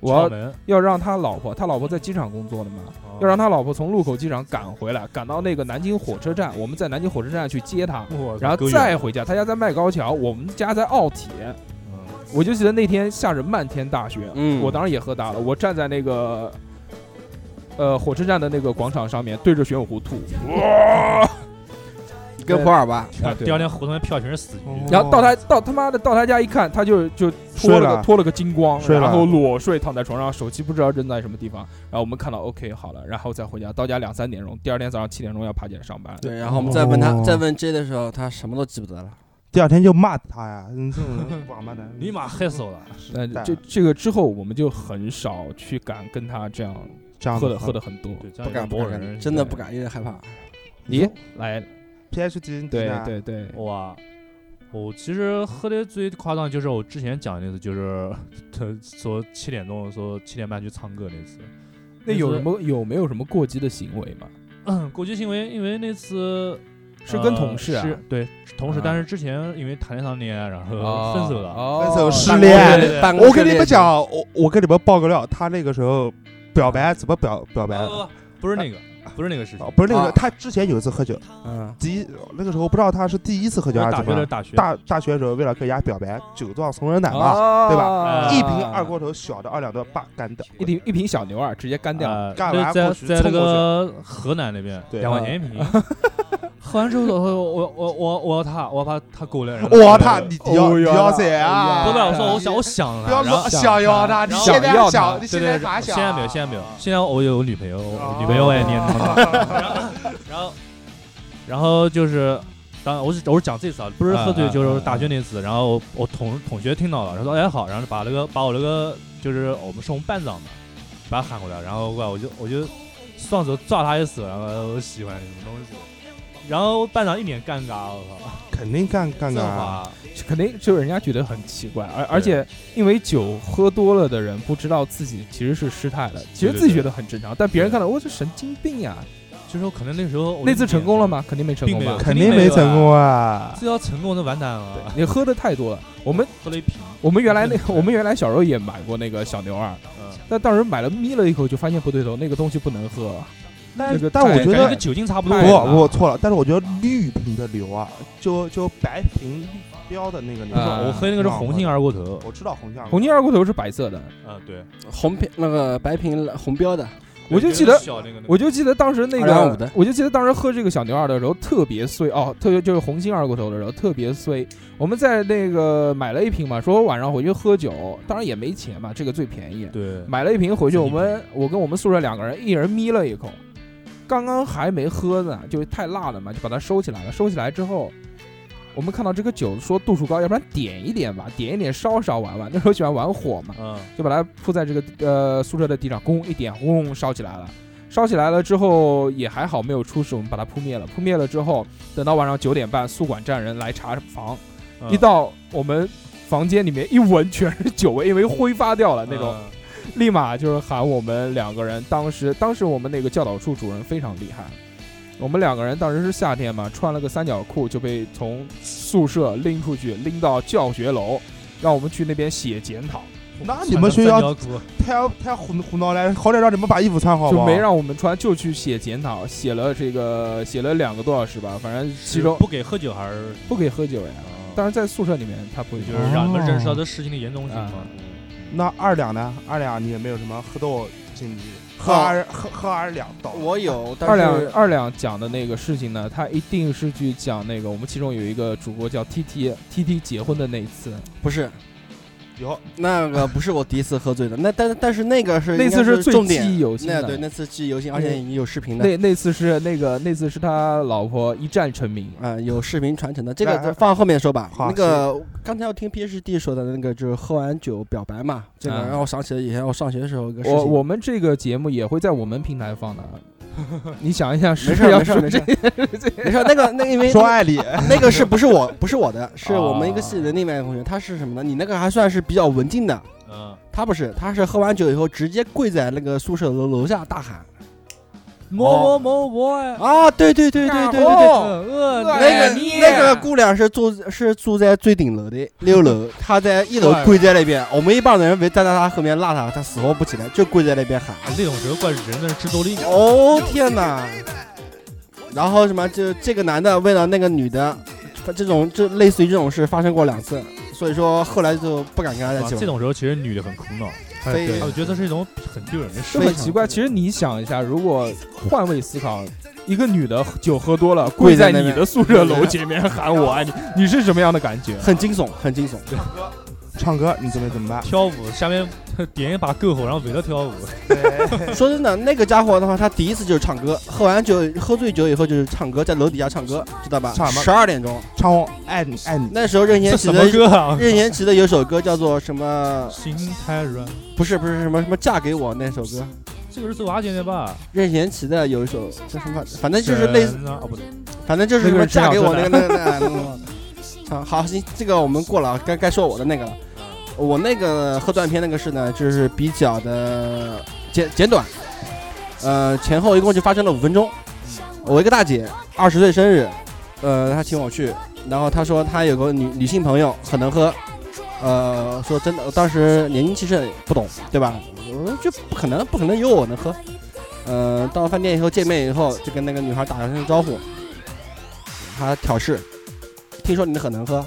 K: 我
E: 敲
K: 要
E: 门，
K: 要让他老婆，他老婆在机场工作的嘛，要让他老婆从路口机场赶回来，赶到那个南京火车站，我们在南京火车站去接他，
J: 嗯
E: 我
K: 然后再回家。他家在迈皋桥，我们家在奥体。我就记得那天下着漫天大雪，
L: 嗯
K: 我当时也喝大了，我站在那个。呃，火车站的那个广场上面，对着玄武湖吐，
L: 跟普洱吧，
K: 啊对
E: 第二天胡同票全是死鱼，
K: 然后到他到他妈的到他家一看，他就就脱
J: 哦睡
K: 了个
J: 了
K: 脱了个精光，
J: 睡了
K: 然后裸睡躺在床上，手机不知道扔在什么地方。然后我们看到 OK 好了，然后再回家，到家两三点钟，第二天早上七点钟要爬起来上班。
L: 对，然后我们再问他
J: 哦
L: 再问 J 的时候，他什么都记不得了，
J: 第二天就骂他呀，你这种 人王八蛋，
E: 立马害死我了。
J: 是
K: 但
J: 蛋
K: 这这个之后，我们就很少去敢跟他这样
J: 这样
K: 喝的喝的很多。
E: 对，这
L: 不
E: 样
L: 敢不
E: 磨
L: 敢，
E: 人，
L: 真的不敢，有点害怕。
K: 咦，来，
J: PhD，
K: 对对对，
E: 哇。我其实喝的最夸张就是我之前讲的那次，就是 他说七点钟说七点半去唱歌那次。
K: 那有
E: 次
K: 什么有没有什么过激的行为吗？
E: 嗯国际行为，因为那次
K: 是跟
E: 呃
K: 同事啊
E: 是对同事
K: 啊，
E: 但是之前因为谈了一场恋爱，然
K: 哦
E: 后呃分手了。
K: 哦
J: 分手失
L: 办公
J: 恋。
L: 室办公
J: 我
L: 室
J: 跟你
L: 恋
J: 们
L: 情
J: 讲，我我跟你们爆个料，他那个时候表白怎么表表白的？
K: 哦
E: 呃不是那个，不是那个事情
J: 哦，，不是那个，
L: 啊
J: 他之前有一次喝酒，
L: 嗯，
J: 第一那个时候不知道他是第一次喝酒还是
E: 大
J: 怎
E: 学
J: 么
E: 的
J: 样，
E: 大学，
J: 大大学的时候为了跟人家表白，酒壮怂人胆嘛，
K: 啊
J: 对
E: 吧
J: 一瓶二锅头，小的二两的，爸干的，
K: 一瓶一瓶小牛二直接干掉。
E: 呃
J: 干
E: 对
J: 完
E: 在
J: 过去
E: 在那
J: 冲过
E: 个河南那边，
J: 对
E: 两块
K: 啊
E: 钱一瓶。 喝完之后，我我我我我要他，我要把他狗了。然后
J: 我他
E: 狗了
J: 你你要
K: 哦
J: 你
K: 哟
J: 要谁
K: 哎
J: 啊？
E: 不
K: 呀
E: 不，我说我想我想
J: 不
E: 他，
J: 要
E: 然后
J: 说想要他，你
E: 然后
J: 现在
K: 想要
J: 想，
K: 他
J: 你
E: 对
J: 现
E: 对
J: 在啊
E: 对
J: 还想？
E: 现在没有，现在没有，现在我有女朋友，
J: 哦
E: 我女朋友我也念他妈的。 然后然后就是。当然，我是我是讲这次啊，不是喝醉，
K: 嗯嗯
E: 就是
K: 嗯
E: 大学那次。然后我同同学听到了，然后说哎好，然后把那个把我那个就是我们是我们班长嘛，把他喊过来，然后我就我就双手抓他一手，然后我喜欢你什么东西，然后班长一脸尴尬，我靠，
J: 肯定干干
E: 振
J: 干啊。
E: 华
K: 肯定就是人家觉得很奇怪，而而且因为酒喝多了的人不知道自己其实是失态了，其实
E: 对对
K: 自己
E: 对
K: 觉得很正常，但别人看到我哦这神经病呀、
E: 就说可能那时候我
K: 那次成功了？吗？肯定没成
E: 并
K: 功
E: 没有？
K: 吧
J: 肯定没成功啊！
E: 这要成功就完蛋了，
K: 你喝的太多了。我们
E: 喝了一瓶，
K: 我们原 来那个我们原来小时候也买过那个小牛二，
E: 嗯，
K: 但当时买了眯了一口就发现不对头，那个东西不能喝。
J: 但
K: 这个
J: 但我
K: 太
J: 觉
E: 感觉
J: 得
E: 跟酒精差不多
K: 太
J: 不，
K: 了
J: 我错了。但是我觉得绿瓶的牛啊，就就白瓶绿标的那个牛，
K: 啊
E: 我喝那个是红杏
J: 二，
E: 二锅头，
J: 我知道红杏二，
K: 红金二锅头是白色的，
E: 嗯，对，
L: 红瓶那个白瓶红标的，
K: 我就
E: 对
K: 记
E: 那个
K: 得
E: 小那个那个
K: 我就记得当时那
L: 2.5
K: 个
L: 的，
K: 我就记得当时喝这个小牛二的时候特别衰哦，特别就是红星二锅头的时候特别衰。我们在那个买了一瓶嘛，说晚上回去喝酒，当然也没钱嘛，这个最便宜。
E: 对，嗯
K: 买了一瓶回去，
E: 自己
K: 我们我跟我们宿舍两个人，一人眯了一口，刚刚还没喝呢，就太辣了嘛，就把它收起来了。收起来之后，我们看到这个酒说度数高，要不然点一点吧，点一点烧烧玩玩。那时候喜欢玩火嘛，
E: 嗯，
K: 就把它铺在这个呃宿舍的地上，咣一点，轰隆烧起来了。烧起来了之后也还好，没有出事，我们把它扑灭了。扑灭了之后，等到晚上九点半，宿管站人来查房，
E: 嗯
K: 一到我们房间里面一闻全是酒味，因为挥发掉
E: 嗯
K: 了那种。，立马就是喊我们两个人。当时，当时我们那个教导处主任非常厉害，我们两个人当时是夏天嘛，穿了个三角裤就被从宿舍拎出去，拎到教学楼，让我们去那边写检讨。
J: 那你们学校
E: 三角裤
J: 太太胡胡闹了，好歹让你们把衣服穿好
K: 就
J: 吧。
K: 没让我们穿，就去写检讨，写了这个写了两个多小时吧，反正其
E: 是
K: 中
E: 不给喝酒还是
K: 不可以喝酒呀。
E: 但
K: 当然在宿舍里面他不会嗯
E: 就
K: 觉
E: 是
K: 得
E: 让你们认识到这事情的严重性嘛
K: 啊。
J: 那二两呢？二两你也没有什么喝豆经历，喝
L: 哦
J: 二喝喝二两倒。
L: 我有，但
K: 二两
L: 是
K: 二两讲的那个事情呢，他一定是去讲那个我们其中有一个主播叫 T T T T 结婚的那一次，
L: 不是
J: 有
L: 那个不是我第一次喝醉的，那但但是那个是
K: 那
L: 应该
K: 次
L: 是
K: 最
L: 重
K: 记忆
L: 点，
K: 犹新
L: 那
K: 的。
L: 对那次记忆犹新，而且
K: 嗯
L: 有视频的，
K: 那那次是那个那次是他老婆一战成名，
L: 啊，有视频传承的，这
J: 来
L: 个
J: 来
L: 咱放后面说吧。
J: 好
L: 那个刚才我听 PhD 说的那个，就是喝完酒表白嘛，这个
K: 嗯
L: 让我想起了以前我上学的时候一个事
K: 我
L: 情。
K: 我们这个节目也会在我们平台 放的，你想一想是
L: 没
K: 不
L: 事
K: 是
L: 儿
K: 要
L: 没事
K: 说
L: 儿没事儿没事儿，那个那因为
J: 说爱你，
L: 那个是不是我不是我的，是我
K: 哦
L: 们一个系里的另外一个同学，他是什么呢？你那个还算是比较文静的，
E: 嗯，
L: 他不是，他是喝完酒以后直接跪在那个宿舍楼楼下大喊
E: 摸摸摸摸哎，
L: 啊！对对对对对
K: 哦
L: 对对。
E: 呃，
L: 那
E: 呃
L: 个
E: 你
L: 那个姑娘是住是住在最顶楼的六 楼，她在一楼跪在那边，我们一帮人围站在她后面拉她，她死活不起来，就跪在那边喊。
E: 那嗯种时候怪人的制斗力，
L: 哦天哪！然后什么，就这个男的为了那个女的，这种这类似于这种事发生过两次，所以说后来就不敢跟他在一
E: 啊
L: 起
E: 这
L: 玩。
E: 种时候其实女的很苦恼，
K: 哎
L: 非
K: 对
E: 我觉得这是一种很丢人的事
K: 就
L: 非
K: 很
L: 常
K: 奇怪。
L: 奇
K: 其实你想一下，如果换位思考，一个女的酒喝多了，
L: 跪
K: 跪
L: 在
K: 在
L: 那
K: 你
L: 边
K: 的宿舍楼前面喊我爱你，你是什么样的感觉？
L: 很惊悚，很惊悚。
J: 唱歌你准备怎么办？
E: 跳舞，下面 点一把篝火，然后围着跳舞，
L: 说真的，那个家伙的话，他第一次就是唱歌，喝完酒喝醉酒以后就是唱歌，在楼底下唱歌，知道吧
J: 唱？什么
L: 十二点钟，
J: 唱我爱你爱你，
L: 那时候任贤
E: 这
L: 齐
E: 什么
L: 的
E: 歌啊？
L: 任贤齐的有首歌叫做什么？
E: 心太软，
L: 不是不是什么什么嫁给我那首歌，
E: 这个是周华健的吧？
L: 任贤齐的有一首叫什么？反正就是类似，
E: 人啊，哦不对，
L: 反正就是
K: 那
L: 什
K: 个
L: 么
K: 是陈
L: 嫁
K: 小
L: 给我那
K: 春
L: 个那个那个那个。 啊，好，行，这个我们过了，啊，该该说我的那个了。
K: 嗯
L: 我那个喝断片那个事呢，就是比较的简简短，呃，前后一共就发生了五分钟。
K: 嗯
L: 我一个大姐二十岁生日，呃，她请我去，然后她说她有个女女性朋友很能喝，呃，说真的，当时年轻气盛不懂，对吧？我说这不可能，不可能有我能喝。呃，到饭店以后见面以后，就跟那个女孩打了声招呼，她挑事，听说你很能喝，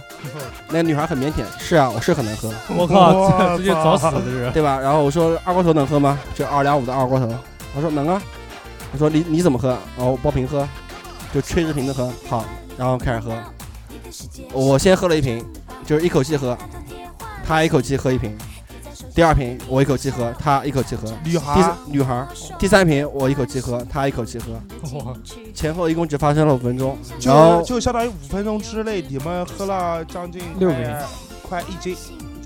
L: 那个女孩很腼腆，是啊，我是很能喝，
E: 我靠，
J: 哇
E: 这直接找死这是。
L: 对吧？然后我说二锅头能喝吗？就二两五的二锅头，她说能啊，我说你你怎么喝？哦，我爆瓶喝，就吹着瓶子喝，好，然后开始喝，我先喝了一瓶，就是一口气喝，她一口气喝一瓶，第二瓶我一口气喝，她一口气喝，
J: 女
L: 第
J: 孩
L: 三女孩儿，第三瓶我一口气喝，她一口气喝，前后一共只发生了五分钟，然
J: 就
L: 后
J: 就相当于五分钟之内你们喝了将近
K: 六
J: 快
K: 瓶，
J: 快一斤，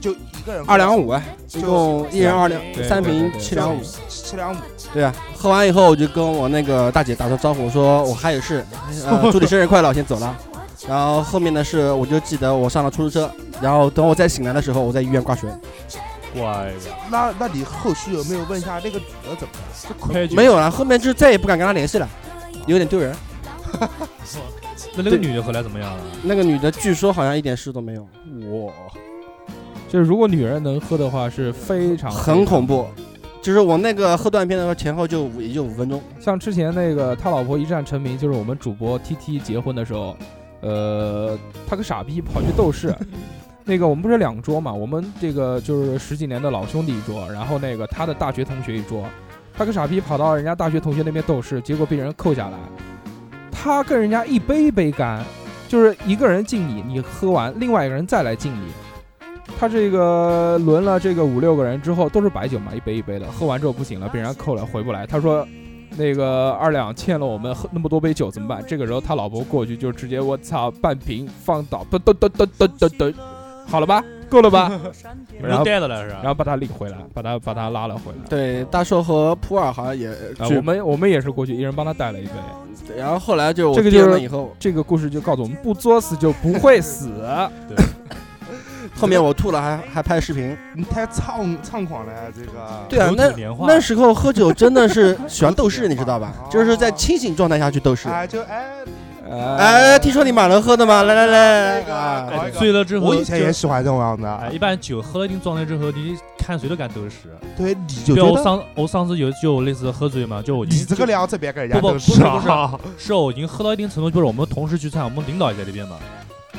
J: 就一个人喝
L: 二两五，哎一共一人二两，
K: 对
L: 三
K: 对
L: 瓶
K: 对对
L: 七两五，
J: 七两五，
L: 对啊。喝完以后我就跟我那个大姐打声招呼，我说我还有事，呃，祝你生日快乐，我先走了。然后后面的事我就记得我上了出租车，然后等我再醒来的时候，我在医院挂水，
E: 乖，
J: 那那你后续有没有问一下那个女的怎么了？
E: 这快
L: 没有了，后面就再也不敢跟她联系了，有点丢人。
K: 嗯
E: 那那个女的后来怎么样啊了？
L: 那个女的据说好像一点事都没有，
K: 我就是如果女人能喝的话，是非常
L: 很恐怖。就是我那个喝断片的时候，前后就五也就五分钟。
K: 像之前那个他老婆一战成名，就是我们主播 T T 结婚的时候，呃，他个傻逼跑去斗 士。那个我们不是两桌嘛，我们这个就是十几年的老兄弟一桌，然后那个他的大学同学一桌，他个傻逼跑到人家大学同学那边斗士，结果被人扣下来，他跟人家一杯一杯干，就是一个人敬你，你喝完，另外一个人再来敬你。他这个轮了这个五六个人之后，都是白酒嘛，一杯一杯的，喝完之后不行了，被人家扣了，回不来。他说那个二两欠了我们喝那么多杯酒怎么办？这个时候他老婆过去就直接我操半瓶放倒，噔噔噔噔噔噔噔，好了吧，够了吧？
E: 你
K: 然
E: 们
K: 后
E: 带的了是
K: 然
E: 吧？
K: 后把他领回来，把他把他拉了回来。
L: 对，大硕和普洱好像也
K: 啊，
L: 去
K: 我们我们也是过去，一人帮他带了一杯。
L: 对然后后来就是我
K: 这个
L: 癫
K: 就是
L: 了以后，
K: 这个故事就告诉我们，不作死就不会死。
L: 后面我吐了还还拍视频。
J: 你嗯太猖猖狂了，这个。
L: 对啊
E: 口，吐
L: 那
E: 莲花
L: 那时候喝酒真的是喜欢斗士，你知道吧
J: 哦？哎
L: 就是在清醒状态下去斗士。
J: 啊，就哎，
L: 哎，听说你买了喝的吗？来来来来来啊！
E: 哎醉了之后
J: 我
E: 就，
J: 以前也喜欢这种样的，
E: 哎，一般酒喝了一定状态之后，你看谁都敢得屎。
J: 对，你就
E: 就
J: 觉
E: 我
J: 得
E: 上我上次有就有类似喝醉嘛，就我已
J: 你
E: 经
J: 这个料子别给人家
E: 不不
J: 都
E: 不是不是
J: 啊，
E: 是我已经喝到一定程度，就是我们同事聚餐，我们领导也在这边嘛，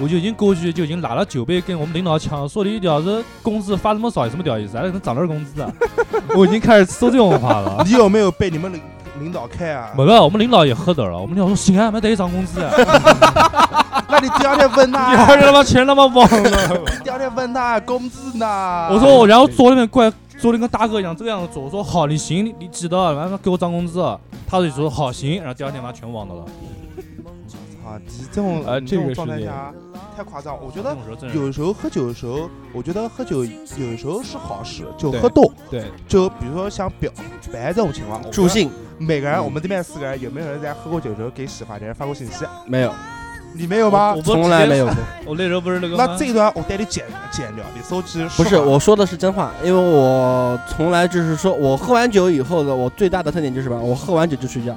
E: 我就已经过去就已经拿了酒杯跟我们领导抢，说你屌丝工资发这么少有什么屌意思？还能涨点工资啊？ 我已经开始说这种话了。
J: 你有没有被你们领领导看啊？
E: 没个，我们领导也喝得了，我们领导说行啊，没得涨工资啊，
J: 那你第二天问
E: 第二
J: 他，
E: 天他妈全他妈忘了。
J: 你第二天问他工资呢？
E: 我说我，然后坐那边怪坐的跟大哥一样这个样子坐，我说好你行你你记得，然后给我涨工资，啊他就说好行，然后第二天妈全忘了了。
J: 操，你啊这种
K: 呃
J: 你
K: 这
J: 这
K: 个
J: 种状
K: 是
J: 态
K: 这样
J: 下太夸张，我觉
E: 那
J: 得
E: 种时候真是
J: 有时候喝酒的时候，我觉得喝酒有时候是好事，就
K: 对
J: 喝多，
K: 对，
J: 就比如说像表白这种情况，
L: 助兴
J: 每个人，我们这边四个人，有没有人在喝过酒的时候给喜欢的人发过信息？啊
L: 没有，
J: 你没有吗
E: 我？不是
L: 从来没有过。
E: 我那时候不是那个吗
K: 啊
J: 那这一段我带你剪剪掉，你手机
L: 不是，
J: 刷
L: 我说的是真话，因为我从来就是说我喝完酒以后的，我最大的特点就是什么？我喝完酒就睡觉，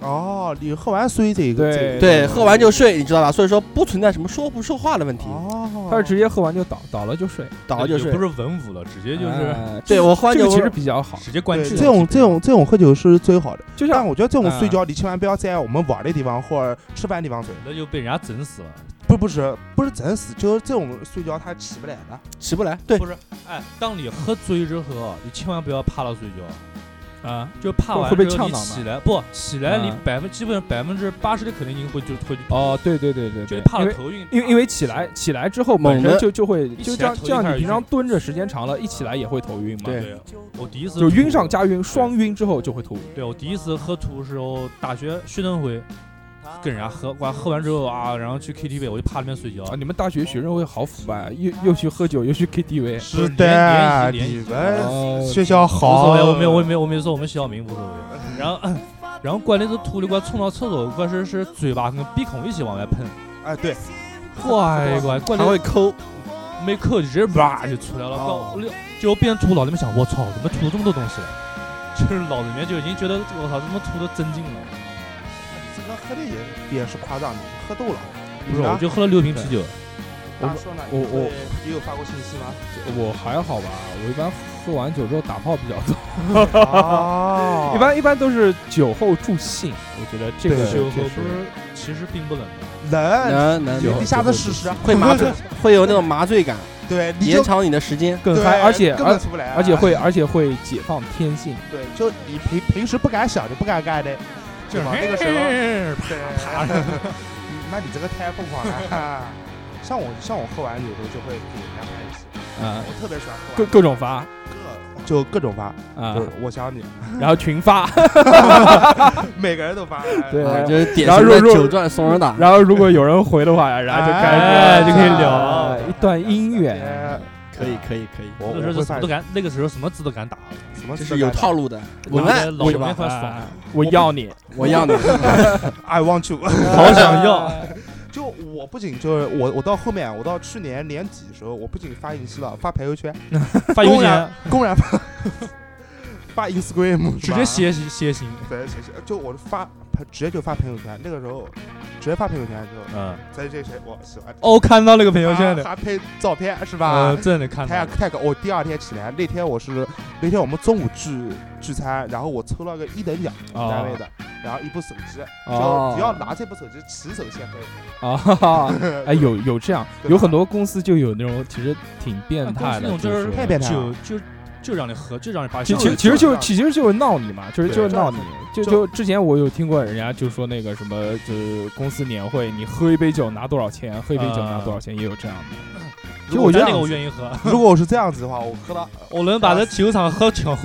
J: 哦，你喝完睡这个
K: 对
J: 这个
L: 对，喝完就睡，你知道吧？所以说不存在什么说不说话的问题，
J: 哦，
K: 他是直接喝完就倒，倒了就睡，
L: 倒啊了就啊睡
E: 不。是文武了，直接就是
K: 哎
L: 对我喝完
K: 这
L: 酒
K: 个其实比较好，
E: 直接关
J: 对
E: 机
J: 这种这种这种喝酒是最好的，
K: 就
J: 但
K: 像
J: 我觉得这种睡
K: 嗯
J: 觉你千万不要在我们玩的地方或者吃饭地方睡，
E: 那就被人家整死了。
J: 不不是不是整死，就是这种睡觉他起不来的。
L: 起不来，对
E: 不，是，哎，当你喝醉之后，你千万不要趴了睡觉，
K: 啊，
E: 就趴完
K: 会被
E: 之后
K: 呛
E: 你
K: 到吗
E: 起来，不起来你
K: 啊
E: 百分基本上百分之八十的肯定你会就会
K: 哦，对对对对
E: 就
K: 对，
E: 怕
K: 因
E: 了
K: 为
E: 头晕，啊
K: 因为因为起来起来之后
L: 猛
K: 本身
L: 的
K: 就就会
E: 一起
K: 就这
E: 来
K: 样
E: 头
K: 这
E: 一
K: 样，
E: 开
K: 你
E: 始
K: 平常
E: 晕
K: 蹲着时间长了，一起来也会头晕嘛，
E: 对，啊我第一次
K: 就晕
E: 吐
K: 上，加晕，双晕之后就会头晕。
E: 对我第一次喝吐的时候，大学学生会跟人家喝，完喝完之后啊，然后去 KTV 我就趴那边睡觉
K: 啊，，你们大学学生会好腐败，又又去喝酒，又去 KTV。
E: 是
J: 的，
E: 连
J: 啊你
E: 连
J: 们
K: 哦
J: 学校
E: 无所
J: 好，啊
E: 谓，我没有，我没有，我没有说我们小名无所谓。然后，然后关键是吐的，快冲到厕所，关是是嘴巴跟鼻孔一起往外喷，
J: 哎，对，
E: 乖乖，关
L: 还
E: 键
L: 会抠，
E: 没口直接叭就出来了，
L: 哦
E: 我就就边吐脑子里面想，我操，怎么吐了这么多东西？啊 就是脑子里面就已经觉得我操，怎么吐的真劲了？
J: 这个喝的也也是夸张的，喝多了。
E: 不是，
K: 啊
E: 我就喝了六瓶啤酒，
J: 我呢？
K: 我我
J: 你有发过信息吗？
K: 我还好吧，我一般喝完酒之后打炮比较多，
J: 哦
K: 一般一般都是酒后助兴，我觉得这个
J: 对
E: 酒后
K: 确
E: 不
K: 实
E: 是其实并不冷的，
J: 能，
L: 能能
J: 你
K: 酒
J: 你下次试试啊，
L: 会麻 醉，会有那种麻醉感，
J: 对，你
L: 延
J: 就
L: 长你的时间。
K: 更
J: 对
K: 嗨，而且
J: 根本
K: 而
J: 出不来啊，
K: 而且会而且会解放天性。
J: 对，就你平平时不敢想、就不敢干的，就往那个时候，对，嗯那你这个太疯狂了。 像我像我喝完酒之后就会给人家发信息，
K: 啊，
J: 我特别喜欢喝
K: 各
J: 完
K: 各种发
J: 各就各种发，
K: 啊，
J: 就是我想你，
K: 然后群发，
J: 每个人都发，
K: 对
L: 啊，这是典
K: 然后
L: 型
K: 肉
L: 的
K: 肉
L: 酒壮怂人胆。
K: 然后如果有人回的话，然后就开
E: 哎
K: 始
E: 就可以聊
K: 啊一段姻乐。
J: 哎
L: 可以可以可以，
J: 我我
E: 那个时候
J: 会
E: 什
J: 发
E: 么都敢，那个时候什么字都敢打了，
J: 什么
L: 这
J: 事
L: 是有
J: 干的
L: 套路的文案，
E: 老
L: 是
E: 子那
L: 吧？
E: 块爽
K: 啊，我要你，
L: 我要你，
J: I want you。
E: 好想要，
J: 就我不仅就是我，我到后面，啊我到去年年底的时候，我不仅发信息了，发朋友圈，
E: 发邮
J: 公
E: 件
J: 然公然发 发 Instagram，
E: 直
J: 是吧
E: 接，写写信，
J: 对，写写，就我发直接就发朋友圈，那个时候直接发朋友圈就
E: 嗯，
J: 在这谁我喜欢，
E: 哦，看到那个朋友圈
J: 还
E: 的，
J: 还配照片是啊吧
E: 呃，？真的看到
J: 太
E: 了，
J: 太搞！我第二天起来，那天我是那天我们中午聚聚餐，然后我抽了个一等奖，
K: 哦
J: 单位的，然后一部手机，只要
K: 哦
J: 只要拿这部手机骑手献
K: 啊，哈哈，
J: 黑，
K: 哎，有有这样，
J: 对吧
K: 有很多公司就有那种其实挺变态的，
E: 啊那公司那种嗯
K: 就
E: 就是
J: 太变态了
E: 就。就就让你喝，就让你把
K: 其
E: 你
K: 其
E: 想
K: 其实就
J: 对
K: 其实就是闹你嘛，就是
J: 对
K: 就是闹你，就
J: 就
K: 就之前我有听过人家就说那个什么，就是公司年会，你喝一杯酒拿多少钱，喝一杯酒拿多少钱，也有这样的。其
E: 如
K: 实
E: 果
K: 我觉得啊
E: 那个我
K: 这样子
E: 愿意喝，
J: 啊如果我是这样子的话，我喝到
E: 我能把这酒厂喝穷。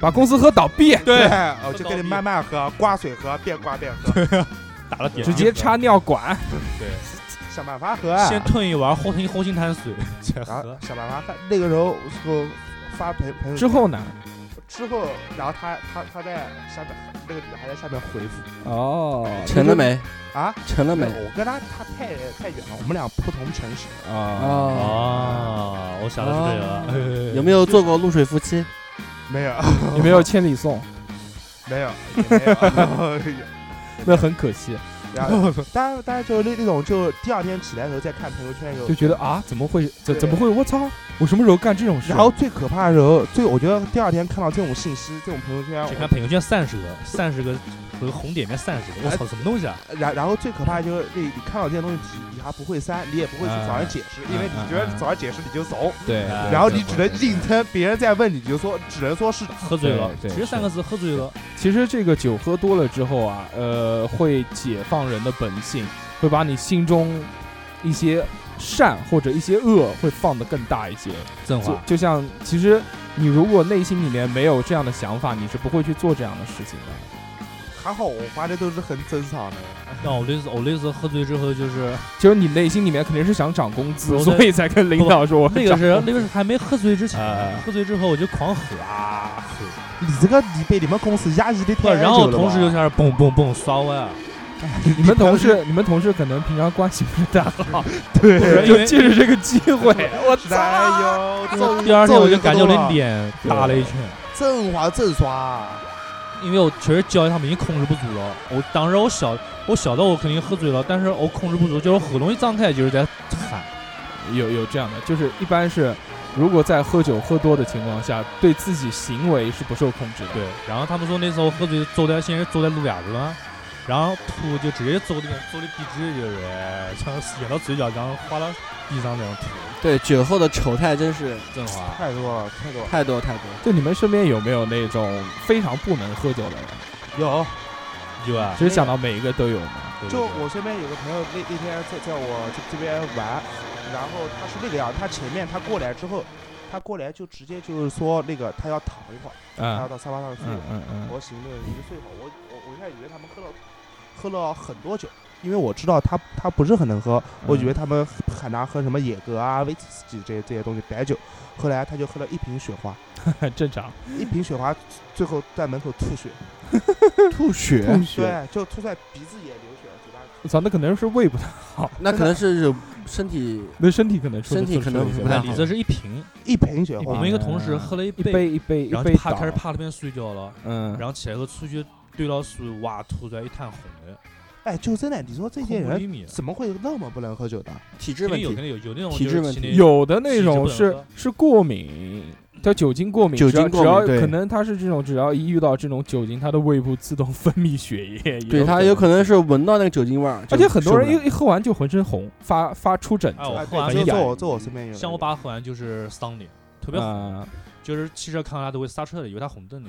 K: 把公司喝倒闭，
E: 对，
J: 我就给你慢慢喝，刮水喝，边刮边喝，
E: 打了点
K: 直接插尿管，
J: 嗯想办法喝啊。
E: 先吞一碗红心红心碳水，再
J: 然后
E: 喝。
J: 想办法喝。那个时候我发朋朋友
K: 之后呢？
J: 之后，然后他他他在下面那个女的还在下面回复
K: 哦，
L: 成了没？
J: 啊。
L: 成了没？
J: 我跟他他太太远了，我们俩不同城市。
K: 啊？
L: 哦，
E: 哦，我想的是这个。哎
L: 有没有做过露水夫妻？
J: 没有，
K: 有没有千里送？
J: 没有，也没有。
K: 那很可惜。
J: 然后大家大家就那那种就第二天起来的时候再看朋友圈有
K: 就。觉得啊，怎么会怎
J: 对
K: 怎么会？我操！我什么时候干这种事？
J: 然后最可怕的时候，最我觉得第二天看到这种信息，这种朋友圈，
E: 就
J: 我
E: 看朋友圈三十个，三十个和红点面三十个，我操，什么东西啊？
J: 然然后最可怕的就是你你看到这些东西，你你还不会删，你也不会去找人解释，因为你觉得找人解释你就怂，
K: 对，
E: 哎
J: 然后你只能硬撑，别人再问你你就说只能说是
E: 喝醉了，
K: 对
E: 其
K: 对
E: 实三个字喝醉了，
K: 其实这个酒喝多了之后啊，呃，会解放人的本性，会把你心中一些善或者一些恶会放得更大一些。
E: 振
K: 就
E: 华
K: 就像，其实你如果内心里面没有这样的想法，你是不会去做这样的事情的。
J: 还好我发的都是很正常的。
E: 让我类似我类似喝醉之后 就是
K: 就是你内心里面肯定是想涨工
E: 不
K: 资，
E: 是
K: 所以才跟领导说我
E: 那个
K: 涨
E: 是
K: 工资
E: 那个是还没喝醉之前
K: 哎，
E: 喝醉之后我就狂喝啊，
J: 你这个你被你们公司压抑的
E: 喝
J: 太
E: 然
J: 久
E: 后我
J: 了
E: 同事就
J: 吧
E: 开始蹦蹦蹦刷歪，
K: 你们同 事，你们同事可能平常关系不是太 好，
E: 对
K: 就借着这个机会，我
J: 哎呦，
E: 第二天我就
J: 揍
E: 感觉我
J: 揍
E: 的
J: 了
E: 脸大了一圈，
J: 正滑正刷，
E: 因为我确实教育他们已经控制不住了。我当时我晓我晓得我肯定喝醉了，但是我控制不住，就是喉咙一张开就是在喊。
K: 有有这样的，就是一般是，如果在喝酒喝多的情况下，对自己行为是不受控制的。
E: 对，然后他们说那时候喝醉坐在先是坐在路边子了，然后吐就直接坐那个坐的壁纸就是，像掖到嘴角，然后滑到地上那种吐。
L: 对，酒后的丑态真是
E: 振华，
J: 太多了太多了。
L: 太多太多。
K: 就你们身边有没有那种非常不能喝酒的人？啊
J: 有，
E: 有啊，
K: 其实想到每一个都有嘛。
E: 对
J: 就
E: 对对
J: 我身边有个朋友，那那天在在我这这边玩，然后他是那个样，他前面他过来之后，他过来就直接就是说那个他要躺一会儿，他要
K: 嗯
J: 到沙发上睡。
K: 嗯嗯嗯，
J: 我醒了一个睡一会儿，我我我一开始以为他们喝了喝了很多酒，因为我知道他他不是很能喝，
K: 嗯
J: 我以为他们喊他喝什么野格啊、威士忌这些这些东西白酒，后来他就喝了一瓶雪 花，
K: 很正常。
J: 一瓶雪花，最后在门口吐血，
L: 吐血，
K: 吐血，
J: 对，就吐在鼻子也流血，嘴巴
K: 我操，那可能是胃不太好，
L: 那可能是有身体
K: 那身体可能出
L: 身体可能
K: 出
L: 不
K: 了
L: 太好
K: 一些
E: 李子是一瓶，
J: 一瓶雪
E: 我
J: 花
E: 们一个同事喝了一
K: 一杯一杯一
E: 然后
K: 杯
E: 就趴
K: 倒
E: 开始，趴那边睡觉了，
K: 嗯，
E: 然后起来以后出去对到水，哇，吐出来一滩红的，
J: 哎，就真的，你说这些
E: 空无一
J: 人
E: 米。
J: 怎么会那么不能喝酒的？
K: 哦
L: 体质
E: 肯
L: 问
E: 定有，肯
L: 题，
E: 定有有那种
L: 体
E: 就
L: 质
E: 是
L: 问
E: 心
L: 题
E: 里
K: 有的那种
E: 是不能
K: 是
E: 喝
K: 是过敏，叫酒精过敏，
L: 酒
K: 只要
L: 精过敏
K: 只要
L: 对
K: 可能他是这种，只要一遇到这种酒精，他的胃部自动 分泌血液，
L: 对他有可能是闻到那个酒精味儿，
K: 而且很多人
L: 就受不了
K: 一一喝完就浑身红，发发出疹子
E: 哎，我
J: 啊，
E: 喝完
J: 对，
E: 之
J: 这
E: 后
J: 我
K: 嗯
J: 这我身边有人，
E: 像我爸喝完就是丧脸，特别红，
K: 啊，
E: 就是汽车看到他都会刹车的，以为他红灯呢。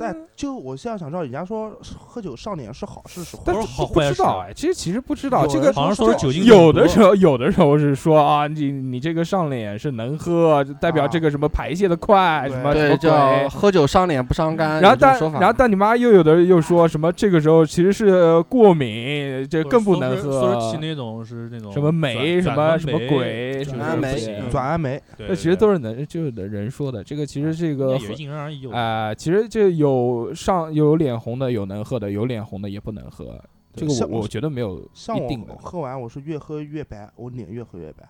J: 但就我现在想知道，人家说喝酒上脸是好事是坏
K: 但
E: 不
K: 是
E: 是好
K: 不不
E: 坏
K: 知
E: 事
K: 道
E: 啊
K: 哎，其实其实不知道
J: 有
K: 这
J: 人
K: 个。
E: 好像说是酒精中
K: 有
E: 毒
K: 的时候，有的时候是说啊，你你这个上脸是能喝，代
E: 啊
K: 表这个什么排泄的快，
J: 对
K: 什么什
L: 对
K: 么鬼。
L: 叫喝酒伤脸不伤肝，
K: 然后
L: 有这种
K: 但
L: 说法
K: 然后但你妈又有的又说什么这个时候其实是过敏，这
E: 或者
K: 更不
E: 说
K: 能
E: 是
K: 喝。
E: 说是骑那种是那种
K: 什么酶什
E: 转
K: 么
E: 转
K: 什么
E: 酶
K: 鬼
E: 就是
L: 转氨
E: 不
L: 酶
E: 行
L: 嗯
J: 转氨酶，
E: 对
K: 这
E: 对
K: 其实都
E: 对
K: 是能就是人说的，这个其实这个
E: 也因人而异。我
K: 啊、其实这有上有脸红的，有能喝的，有脸红的也不能喝。这
J: 对
K: 个
J: 像
K: 我我觉得没有
J: 像
K: 一定的
J: 我喝完，我是越喝越白，我脸越喝越白，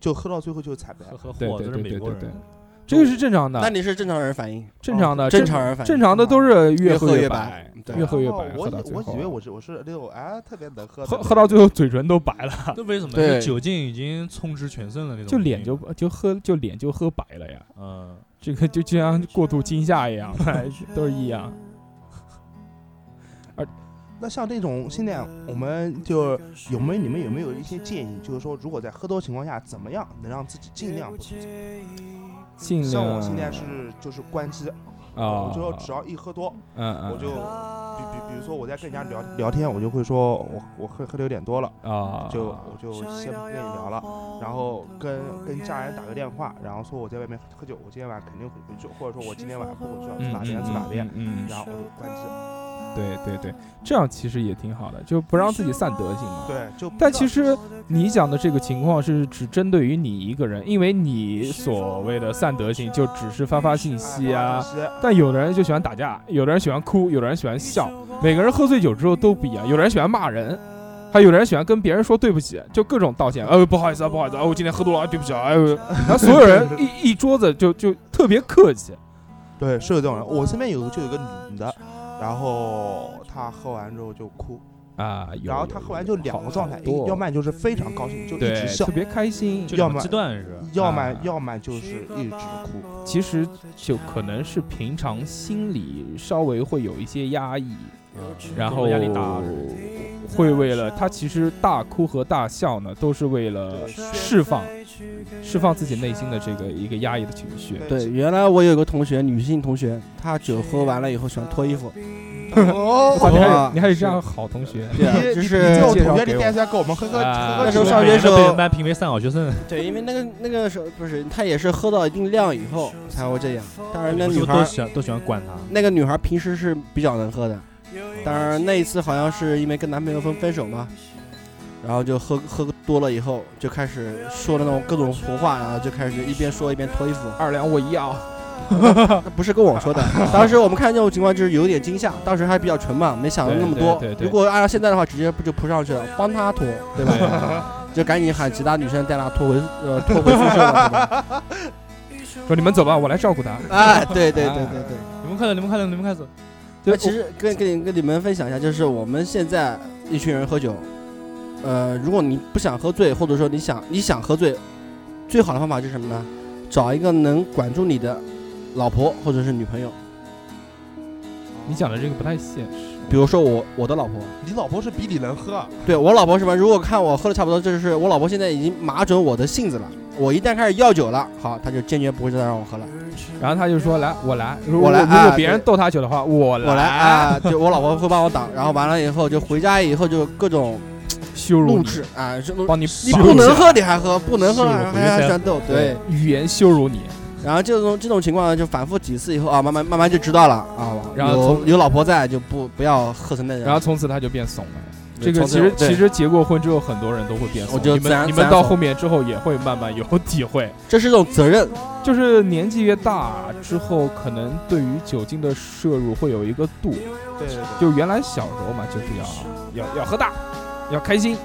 J: 就喝到最后就是惨白
E: 喝。喝
K: 对
E: 货
K: 对
E: 都是
K: 对
E: 美
K: 对
E: 国
K: 对对
E: 人，，
K: 这个是正常
L: 那
K: 的，
L: 你是正常人反应，
K: 正常
J: 哦
K: 的，
L: 正常人反应
K: 正常的都
J: 啊
K: 是越
L: 越喝
K: 越
L: 越
K: 白
L: 白，对
K: 越喝越
J: 然后
K: 白，
J: 哦我
K: 喝到
J: 以
K: 最
J: 我
K: 后啊
J: 以为我是我是那种哎特别能喝的
K: 喝
J: 那
K: 喝到
J: 种
K: 最后嘴唇都白了，
E: 那为什么？
L: 对
E: 是酒精已经充斥全身了那种，
K: 就脸就就喝就脸就喝白了呀。
E: 嗯，
K: 这个就就像过度惊吓一样， 都是一样。
J: 那像这种现在我们就是有没有你们有没有一些建议？就是说如果在喝多情况下，怎么样能让自己尽量不喝酒？
K: 尽量
J: 像我现在是就是关机，
K: 啊，
J: 我就只要一喝多，
K: 嗯嗯，
J: 我就比比比如说我在跟人家聊聊天，我就会说我我喝喝的有点多了，
K: 啊
J: 就我就先不跟你聊了，然后跟跟家人打个电话，然后说我在外面喝酒，我今天晚上肯定回不去，或者说我今天晚上不回去了，
K: 嗯
J: 哪天去哪天，
K: 嗯，嗯
J: 然后我就关机。
K: 对对对，这样其实也挺好的，就不让自己散德性嘛。
J: 对，就
K: 但其实你讲的这个情况是只针对于你一个人，因为你所谓的散德性就只是发发信息
J: 哎
K: 啊。但有的人就喜欢打架，有的人喜欢哭，有的人喜欢笑，每个人喝醉酒之后都不一样。有的人喜欢骂人，还有的人喜欢跟别人说对不起，就各种道歉。呃，不好意思啊，不好意思啊，我今天喝多了，啊，对不起啊。 哎呦，然后所有人一一桌子就就特别客气。
J: 对是有这种人，我身边有就有一个女的，然后她喝完之后就哭，
K: 啊，有
J: 然后他
K: 有
J: 喝完就两个状态，
K: 好
J: 一
K: 多
J: 要么就是非常高兴，就一直
K: 对
J: 笑
K: 特；别开心，
E: 就
J: 要
E: 两个
J: 么
E: 阶段是吧，
J: 要
K: 啊
J: 么要么就是一直哭。
K: 其实就可能是平常心里稍微会有一些压抑，
L: 嗯
K: 然后
E: 压力大是吧
K: 会为了他其实大哭和大笑呢，都是为了释放释放自己内心的这个一个压抑的情绪。
L: 对，原来我有个同学，女性同学，她酒喝完了以后喜欢脱衣服。
J: 哦
K: 哇，你还有
L: 啊
K: 你还有这样好同学，
L: 对啊，就
J: 你
L: 是
J: 这种
K: 介绍
J: 同学，
K: 给
J: 你
K: 我
J: 带出来给我们喝喝
K: 啊
J: 喝
L: 那
J: 喝
L: 时候
J: 酒
L: 上学时候
E: 被人班评为三好学生，
L: 对，因为那个那个时候不是，她也是喝到一定量以后才会这样。当然，那
E: 你
L: 女
E: 们都
L: 孩
E: 喜欢都喜欢管他，
L: 那个女孩平时是比较能喝的，当然那一次好像是因为跟男朋友分分手嘛，然后就喝喝多了以后就开始说的那种各种胡话，然后就开始一边说一边脱衣服。
K: 二两我一啊，
L: 那不是跟我说 的，当时我们看这种情况就是有点惊吓，当时还比较纯嘛，没想那么多
K: 对对对。对
L: 如果按照现在的话，直接不就扑上去了，帮他脱，对吧？ 就赶紧喊其他女生带他拖回呃拖回宿舍了，是吧？
K: 说你们走吧，我来照顾他。
L: 哎，对对对对对。
E: 你们快乐，你们快乐，你们开始，
L: 那
K: 哦
L: 其实跟跟你跟你们分享一下，就是我们现在一群人喝酒，呃，如果你不想喝醉，或者说你想你想喝醉，最好的方法是什么呢？找一个能管住你的老婆或者是女朋友，
K: 你讲的这个不太现实，
L: 比如说我我的老婆，
J: 你老婆是比你能喝，啊
L: 对我老婆是吧？如果看我喝的差不多，这就是我老婆现在已经码准我的性子了。我一旦开始要酒了，好，她就坚决不会再让我喝了。
K: 然后他就说来我来，如果
L: 我来
K: 如果
L: 啊
K: 别人
L: 对
K: 逗他酒的话，我
L: 我来啊，就我老婆会帮我挡，然后完了以后就回家以后就各种
K: 羞
L: 录
K: 辱你，
L: 制啊，就
K: 帮你
L: 你
K: 把
L: 不
K: 你
L: 能喝你还喝，不能喝
E: 是
L: 还
E: 我回
L: 还
E: 家
L: 还斗，对。
K: 语言羞辱你，
L: 然后这种这种情况就反复几次以后啊，慢慢慢慢就知道了啊。
K: 然后
L: 有
K: 从
L: 有老婆在就不不要喝成那样。
K: 然后从此他就变怂了。
L: 对
K: 这
L: 从
K: 个其
L: 此
K: 实
L: 对
K: 其实结过婚之后，很多人都会变怂。
L: 我觉得
K: 你
L: 自然
K: 们你
L: 自
K: 们
L: 然
K: 到
L: 怂
K: 后面之后也会慢慢有 体会，
L: 这是一种责任，
K: 就是年纪越大之后，可能对于酒精的摄入会有一个度。
J: 对对
K: 就原来小时候嘛，就是 要要要喝大，要开心，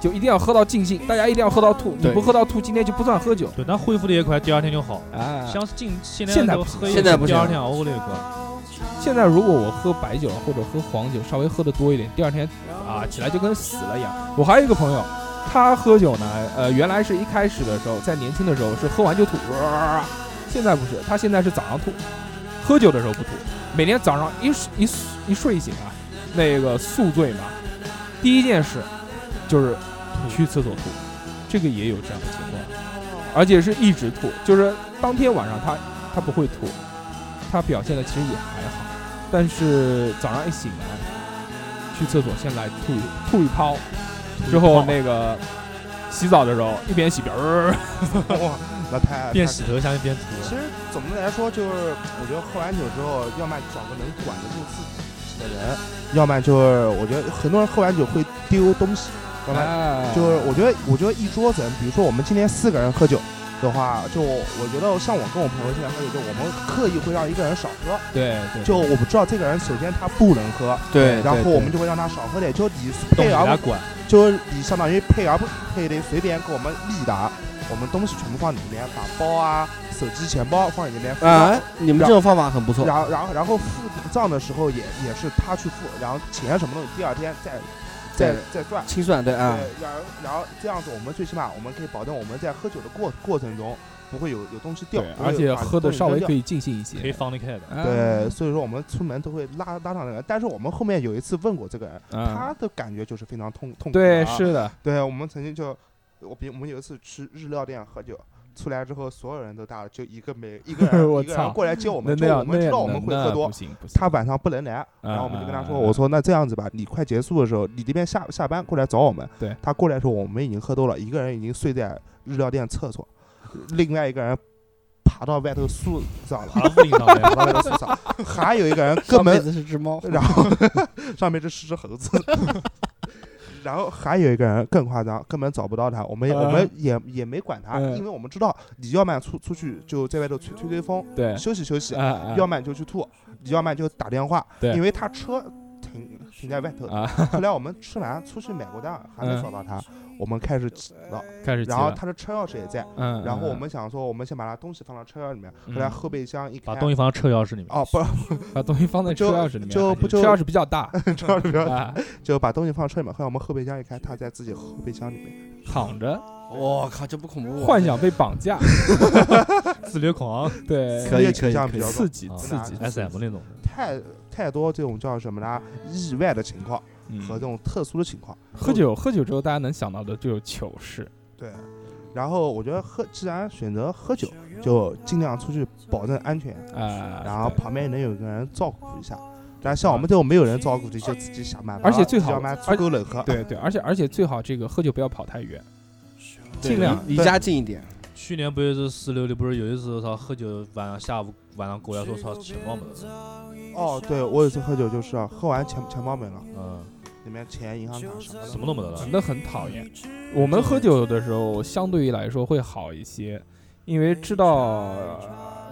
K: 就一定要喝到尽兴，大家一定要喝到吐。你
L: 对
K: 不喝到吐，今天就不算喝酒。
E: 对，但恢复的也快，第二天就好。
K: 啊
E: 像近现
K: 现在
E: 就
K: 不行
E: 喝一
L: 现在
E: 次
L: 不
E: 第
L: 行
E: 二天熬那个，
K: 现在如果我喝白酒或者喝黄酒，稍微喝的多一点，第二天啊起来就跟死了一样。我还有一个朋友，他喝酒呢，呃，原来是一开始的时候，在年轻的时候是喝完就吐，哇现在不是，他现在是早上吐，喝酒的时候不吐，每天早上一睡一睡一睡醒啊，那个宿醉嘛，第一件事就是去厕所吐，这个也有这样的情况，而且是一直吐，就是当天晚上他他不会吐，他表现的其实也还好，但是早上一醒来，去厕所先来吐一吐一泡，之后那个洗澡的时候一边洗边儿
J: 对， 哇，那
L: 哎
J: 太
E: 边
J: 太
E: 洗头像一边涂。
J: 其实总的来说，就是我觉得喝完酒之后，要么找个能管得住自己的人，要么就是我觉得很多人喝完酒会丢东西，要么
K: 哎
J: 就是我觉得我觉得一桌子人，比如说我们今天四个人喝酒的话，就我觉得像我跟我朋友现在喝酒，就我们刻意会让一个人少喝，
K: 对对，
J: 就我们知道这个人首先他不能喝，
L: 对
J: 然后我们
L: 就
J: 就会让他少喝点，就你
E: 懂
J: 配
E: 你
J: 而
E: 来
J: 不
E: 管，
J: 就是你相当于配而不配的随便给我们立达，我们东西全部放你那边，把包啊、手机、钱包放你那边。
L: 啊，你们这种方法很不错。
J: 然后然后然后付账的时候也也是他去付，然后钱什么东西第二天再再
L: 对
J: 再算。
L: 清算对
J: 对
L: 啊，，
J: 然后然后这样子，我们最起码我们可以保证我们在喝酒的过过程中不会有有东西掉
K: 对，，而且喝的
J: 的
K: 稍微可
J: 以。
K: 以尽兴一些
E: 可。以放得开的。
K: 哎
J: 对，，所以说我们出门都会拉拉上那个，但是我们后面有一次问过这个人，
K: 嗯
J: 他的感觉就是非常痛痛苦
K: 对
J: 啊
K: 是的，
J: 对，我们曾经就，我比我们有一次去日料店喝酒，出来之后所有人都大了，就一个没 一个人
K: 嗯我
J: 一个人
K: 操
J: 过来接我
K: 那
J: 们，
K: 那
J: 就我
K: 样
J: 们
K: 那
J: 知
K: 样
J: 道我们会
K: 那
J: 喝多
K: 不，行啊不行，啊
J: 他晚上不能来，然后我们就跟他说，我说那这样子吧，你快结束的时候，你这边下下班过来找我们。
K: 对，
J: 他过来的时候我们已经喝多了，一个人已经睡在日料店厕所，另外一个人爬到外头树上了，
E: 爬到屋顶上面，
J: 爬到外头树上， 还有一个人根
L: 上辈
J: 本
L: 子是只猫，
J: 然后上面是十只猴子， 然后还有一个人更夸张，根本找不到他，我们也、我们也也没管他，
K: 嗯
J: 因为我们知道你要么出出去就在外头吹吹吹风
K: 啊对，
J: 休息休息，
K: 啊啊
J: 要么就去吐，你要么就打电话，
K: 对
J: 因为他车停停在外头。
K: 啊，
J: 后来我们吃完出去买过单，还没
K: 嗯
J: 找到他，我们开始急了。
K: 开始骑
J: 然后
K: 了
J: 他的车钥匙也在，
K: 嗯，
J: 然后我
K: 嗯
J: 们想说，我们先把他东西放到车钥匙里面。后来
K: 嗯
J: 后备箱一开，
E: 把东西放到车钥匙里面。
J: 哦不，
K: 把东西放在车
J: 就
K: 钥匙里面，
J: 就
K: 还
J: 不
K: 行
J: 就
K: 车钥匙比较 大
J: 车钥匙里面
K: 啊，
J: 就把东西放到车里面。后来我们后备箱一开，他在自己后备箱里面。
K: 躺着，
L: 我靠，这不恐怖啊！
K: 幻想被绑架，
E: 自虐狂
K: 对，
L: 可以
J: 猎
L: 可
J: 奇
L: 以
J: 向
L: 可
J: 比
L: 以
J: 较重
K: 刺激
E: 啊
K: 刺激，
E: S M 那种的，
J: 太太多这种叫什么呢？意外的情况
K: 嗯
J: 和这种特殊的情况。
K: 喝酒喝酒之后，大家能想到的就有糗事，
J: 对，然后我觉得喝，既然选择喝酒，就尽量出去保证安全，
K: 啊，
J: 然后
K: 对
J: 旁边能有个人照顾一下。但像我们这种没有人照顾的，就自己想办法。
K: 而且最好
J: 要么足够冷喝，
K: 对对，而且而且最好这个喝酒不要跑太远，尽量
L: 离离家近一点。
E: 去年不是四六的，不是有一次操喝酒，晚上下午晚上过来说操钱包没了，
J: 哦，对我有一次喝酒就是啊喝完钱钱包没了，
E: 嗯，
J: 里面钱、银行卡什么的
E: 什么都没得了。
K: 那很讨厌。我们喝酒的时候，相对于来说会好一些，因为知道、呃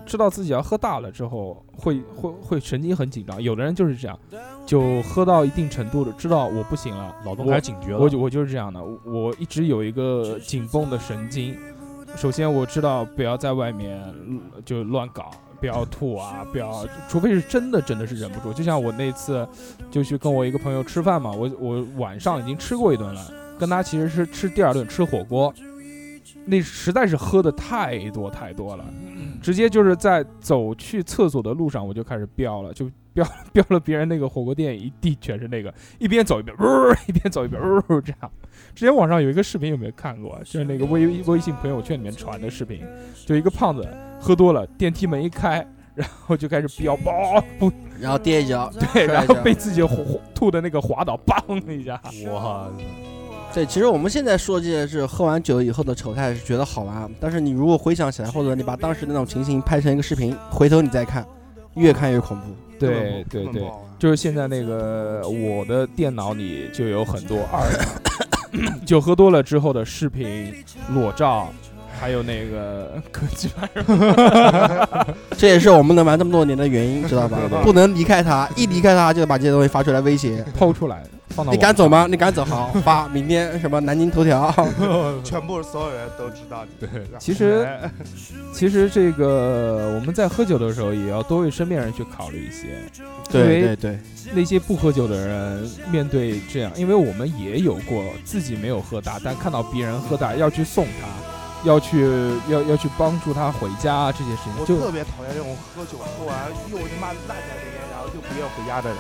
K: 知道自己要喝大了之后，会会会神经很紧张。有的人就是这样，就喝到一定程度了，知道我不行了，
E: 脑洞
K: 我
E: 开始警觉了，
K: 我就我就是这样的，我我一直有一个紧绷的神经。首先我知道不要在外面呃就乱搞，不要吐啊，不要，除非是真的真的是忍不住。就像我那次就去跟我一个朋友吃饭嘛，我我晚上已经吃过一顿了，跟他其实是吃第二顿吃火锅，那实在是喝的太多太多了，
E: 嗯
K: 直接就是在走去厕所的路上我就开始飙了，就飙 飙了别人那个火锅店一地全是那个，一边走一边呜、 一边走一边呜、 这样。之前网上有一个视频，有没有看过？啊就是那个微微信朋友圈里面传的视频，就一个胖子喝多了，电梯门一开，然后就开始 飙，嘣不
L: 然后跌一跤，
K: 对，
L: 摔
K: 然
L: 一
K: 后
L: 跤
K: 被自己火火吐的那个滑倒，砰一下。
E: 哇，
L: 对，其实我们现在说这些是喝完酒以后的丑态，是觉得好玩。啊但是你如果回想起来，或者你把当时那种情形拍成一个视频，回头你再看，越看越恐怖。
J: 根本
K: 对
J: 不
K: 对
J: 根本啊
K: 对
J: 不，好玩
K: 就是现在那个我的电脑里就有很多 二酒喝多了之后的视频、裸照，还有那个 科技版。
L: 这也是我们能玩这么多年的原因，知道 吧
J: 对对？对
L: 不能离开他，一离开他就把这些东西发出来威胁。
K: 抛出来，放到
L: 你
K: 网
L: 敢走
K: 上？
L: 吗？你敢走？好，发明天什么南京头条。
J: 全部所有人都知道你。哎对
K: 其实其实这个我们在喝酒的时候，也要多为身边人去考虑一些。
L: 对
K: 因
L: 对
K: 为
L: 对，
K: 那些不喝酒的人面对这样，因为我们也有过自己没有喝大，但看到别人喝大要去送他，要去要要去帮助他回家啊这些事情，
J: 我
K: 就
J: 特别讨厌这种喝酒啊喝完又他妈烂在那边，然后又不愿回家的人。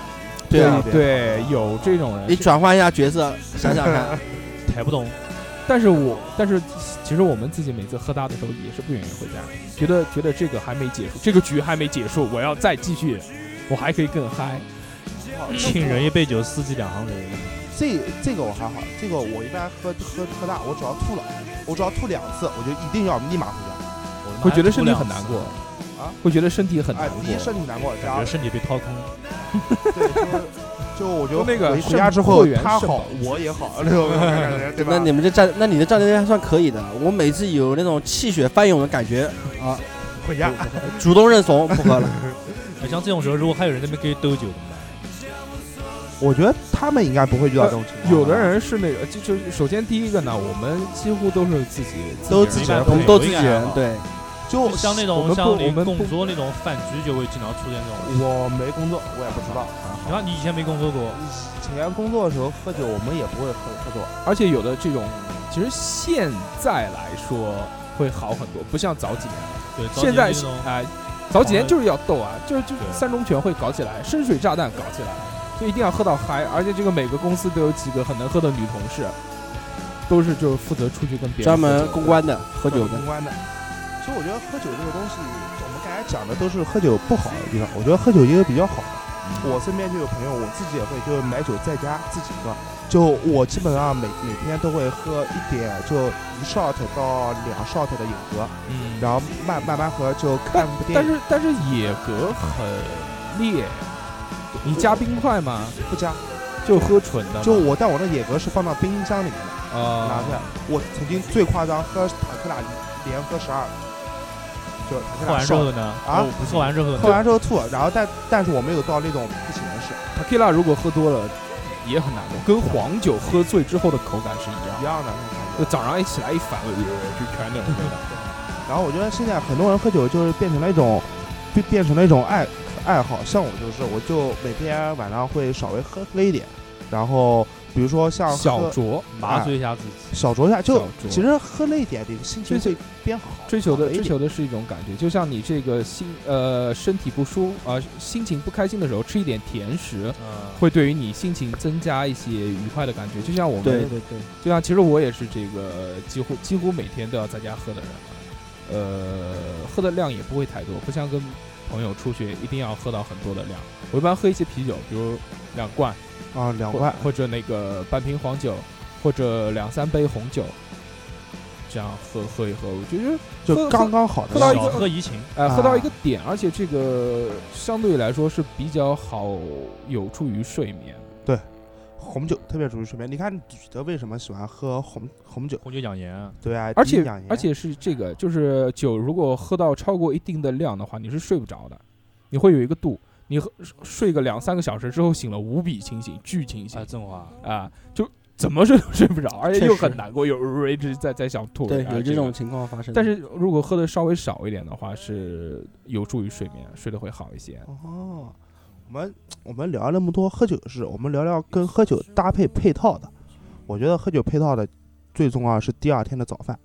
L: 对啊
K: 对对有这种人
L: 你。转换一下角色，想想 看，
E: 抬不动，
K: 但是我但是其实我们自己每次喝大的时候也是不愿意回家，觉得觉得这个还没结束，这个局还没结束，我要再继续，我还可以更嗨。
E: 亲人一杯酒，司机两行泪。
J: 这这个我还好，这个我一般喝喝喝大，我只要吐了，我只要吐两次，我就一定要立马回家。
E: 我他妈
K: 会觉
E: 还
K: 得
E: 吐
K: 身体
E: 两
K: 很难
E: 次
K: 过
J: 啊，
K: 会觉得身体很难
J: 哎，第一
K: 过。
J: 身体难过，然
E: 感
J: 后
E: 觉身体被掏空。
J: 对，就是就我觉得
K: 就那个
J: 回回
K: 圣
J: 家之
K: 后
J: 后
K: 援
J: 他
K: 圣
J: 好我也好 那种感 觉，对吧？
L: 那你们这战，那你的战略还算可以的。我每次有那种气血翻涌的感觉，
J: 回家
L: 主动认怂，不 喝了。
E: 哎像这种时候，如果还有人在那边给你兜酒怎么办？
J: 我觉得他们应该不会遇到这种情况吧。
K: 有的人是那个，就就首先第一个呢，我们几乎都是自己
L: 都
K: 自
L: 自
K: 己
L: 己
K: 人
L: 人，
E: 我
L: 我
E: 们
L: 们都
E: 都自
L: 自
E: 己
L: 己
E: 人
L: 人，对，
J: 就
E: 像那
K: 哦我
E: 种
K: 们
E: 像
K: 不
E: 你
K: 我们不
E: 供桌那种饭局，就会经常出现这种。
J: 我没工作，我也不知道。
E: 你看，你以前没供桌过，
J: 以前工作的时候喝酒，我们也不会喝喝酒。啊
K: 而且有的这种，其实现在来说会好很多，不像早几年。
E: 对，
K: 现
E: 早几年
K: 在
E: 那种
K: 哎，早几年就是要斗啊，就就
E: 对
K: 三中全会搞起来，深水炸弹搞起来，就一定要喝到嗨。而且这个每个公司都有几个很能喝的女同事，都是就是负责出去跟别人
L: 专
K: 喝
L: 门
K: 酒的嗯
L: 公关的，喝酒的
J: 公。关的。其实我觉得喝酒这个东西，我们刚才讲的都是喝酒不好的地方，我觉得喝酒也有比较好的。我身边就有朋友，我自己也会，就是买酒在家自己喝。就我基本上每每天都会喝一点，就一 shot 到两 shot 的野格，
E: 嗯，
J: 然后慢慢慢喝，就看部电
K: 但
J: 影
K: 是但是野格很烈，你加冰块吗？
J: 不加。
K: 就喝纯的吗，
J: 就我，但我的野格是放到冰箱里面的，拿
K: 啊
J: 出来。我曾经最夸张，喝塔克拉连喝十二，就塔克
E: 喝
J: 拉
E: 完之
J: 少
E: 后呢？
J: 啊
E: 哦，不喝完之后
J: 喝
E: 呢？
J: 完之后吐，然后但但是我没有到那种不省人事是
K: tequila 如果喝多了也很难喝，跟黄酒喝醉之后的口感是一样
J: 一
K: 的。
J: 样的。
K: 就早上一起来一反胃，就全 那种味道。
J: 然后我觉得现在很多人喝酒就是变成了一种，变变成了一种爱爱好。像我就是，我就每天晚上会稍微喝喝一点，然后比如说像喝哎
K: 小酌，
E: 麻醉一下自己。
J: 小酌一下，就
K: 小酌
J: 其实喝了一点，你心情
K: 追求
J: 会变好，
K: 追求的
J: 好一
K: 追
J: 点
K: 求的是一种感觉，就像你这个心呃身体不舒服啊、心情不开心的时候，吃一点甜食，
E: 嗯，
K: 会对于你心情增加一些愉快的感觉。就像我们，
L: 对对，
K: 就啊像其实我也是这个几乎几乎每天都要在家喝的人嘛，呃，喝的量也不会太多，不像跟朋友出去一定要喝到很多的量。我一般喝一些啤酒，比如两罐，
J: 啊，两
K: 或
J: 块
K: 或者那个半瓶黄酒，或者两三杯红酒，这样喝喝一喝，我觉得
J: 就刚刚好的
K: 喝到一
J: 量
K: 个
E: 小喝怡情，
K: 呃，
J: 啊
K: 喝到一个点，而且这个相对来说是比较好，有助于睡眠。
J: 红酒特别容易睡眠。你看女的为什么喜欢喝红红酒？
E: 红酒养颜，
J: 对啊，
K: 而
J: 第一
K: 且
J: 养颜
K: 而且是这个，就是酒如果喝到超过一定的量的话，你是睡不着的，你会有一个度。你喝睡个两三个小时之后醒了，无比清醒，巨清醒
E: 哎，
K: 啊、
E: 振华，
K: 就怎么睡都睡不着，而且
L: 确
K: 又
L: 实
K: 很难过，又一直在在想吐。
L: 对
K: 啊
L: 有这
K: 个
L: 种情况发生。
K: 但是如果喝的稍微少一点的话，是有助于睡眠，睡得会好一些。
J: 哦，我们我们聊了那么多喝酒的事，我们聊聊跟喝酒搭配配套的。我觉得喝酒配套的最重要是第二天的早饭。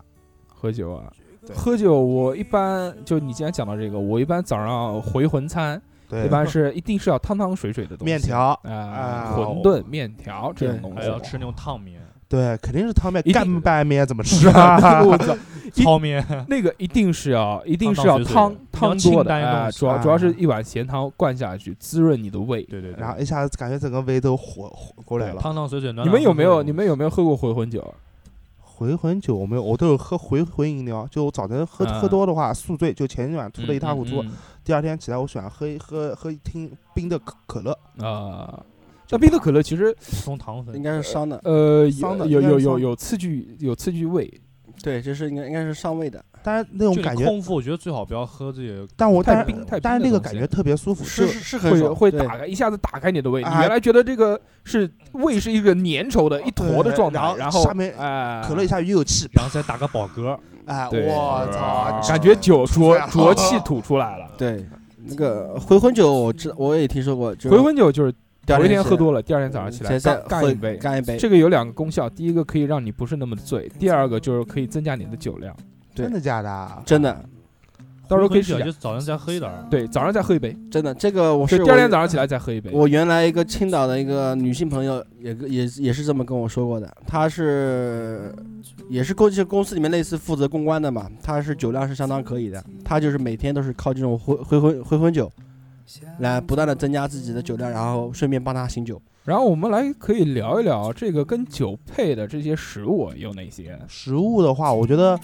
K: 喝酒啊，
J: 对
K: 喝酒我一般就你既然讲到这个，我一般早上回魂餐
J: 对
K: 一般是一定是要汤汤水水的东西，
J: 面条，
K: 啊
J: 啊、
K: 馄饨、面条这种
L: 对
K: 东
E: 还
K: 西。
E: 要吃那种烫面、
J: 对，肯定是汤面
K: 一定，
J: 干拌面怎么吃 啊？
K: 我操，一
E: 糙面，
K: 那个一定是要，一定是
E: 汤
K: 要
E: 汤水水
K: 汤
E: 比较
K: 汤多
E: 清
K: 的
E: 淡一点
K: 啊，
E: 东西
K: 主要
J: 啊
K: 主要是一碗咸汤灌下去，滋润你的胃。
E: 对对对。
J: 然后一下子感觉整个胃都火火过来了。
E: 汤汤水水暖暖。
K: 你们有没有你们有没有喝过回魂酒？
J: 回魂酒我没有，我都有喝回魂饮料。就我早晨喝、
K: 啊
J: 喝多的话，宿醉，就前一晚吐的一塌糊涂，
K: 嗯嗯嗯
J: 第二天起来我喜欢喝一喝喝一听冰的可可乐。
E: 嗯
K: 啊。那冰的可乐其实，
E: 松糖粉
L: 应？该是伤的，
K: 呃，
J: 桑
K: 有
J: 的
K: 有
J: 应该是
K: 有有
J: 桑
K: 有刺激，有刺激胃，
L: 对，这是应该应该是上位的，
J: 但是那种
E: 就
J: 感
E: 你
J: 觉，
E: 空腹，我觉得最好不要喝这些。
J: 但我但
K: 太
J: 是
K: 冰太冰
J: 但是
K: 的
J: 那个
K: 东
J: 感
K: 西
J: 觉特别舒服，
L: 是
J: 就是
L: 是很
K: 会
L: 爽，
K: 会
L: 对
K: 打开一下子打开你的胃，你
J: 啊
K: 原来觉得这个是胃是一个粘稠的一坨的
J: 对
K: 状态
J: 然，后
K: 然后
J: 下面
K: 哎
J: 可乐一下又有气，
E: 然后再打个饱嗝，
J: 哎，
K: 对
J: 我
E: 啊
J: 操，
K: 啊感觉酒浊
J: 来了
K: 浊气吐出 来了。
L: 对，那个回魂酒我知我也听说过，就是
K: 回魂酒就是
L: 第二
K: 头一天
L: 天
K: 喝多了，第二天早上起来
L: 再再
K: 干干一
L: 喝
K: 杯。
L: 干一杯，
K: 这个有两个功效，第一个可以让你不是那么醉，第二个就是可以增加你的酒量。
L: 对
J: 真的啊假的？
L: 真的
K: 到时候可以
E: 喝
K: 试
E: 酒
K: 一下
E: 就早上再喝一点儿。
K: 对，早上再喝一杯，
L: 真的，这个我
K: 就是第二天
L: 我
K: 早上起来再喝一杯。
L: 哦我原来一个青岛的一个女性朋友也跟也也是这么跟我说过的，她是也是公就是公司里面类似负责公关的嘛，她是酒量是相当可以的，她就是每天都是靠这种回回魂回魂酒来不断的增加自己的酒量，然后顺便帮她醒酒。
K: 然后我们来可以聊一聊这个跟酒配的这些食物有哪些。
J: 食物的话，我觉得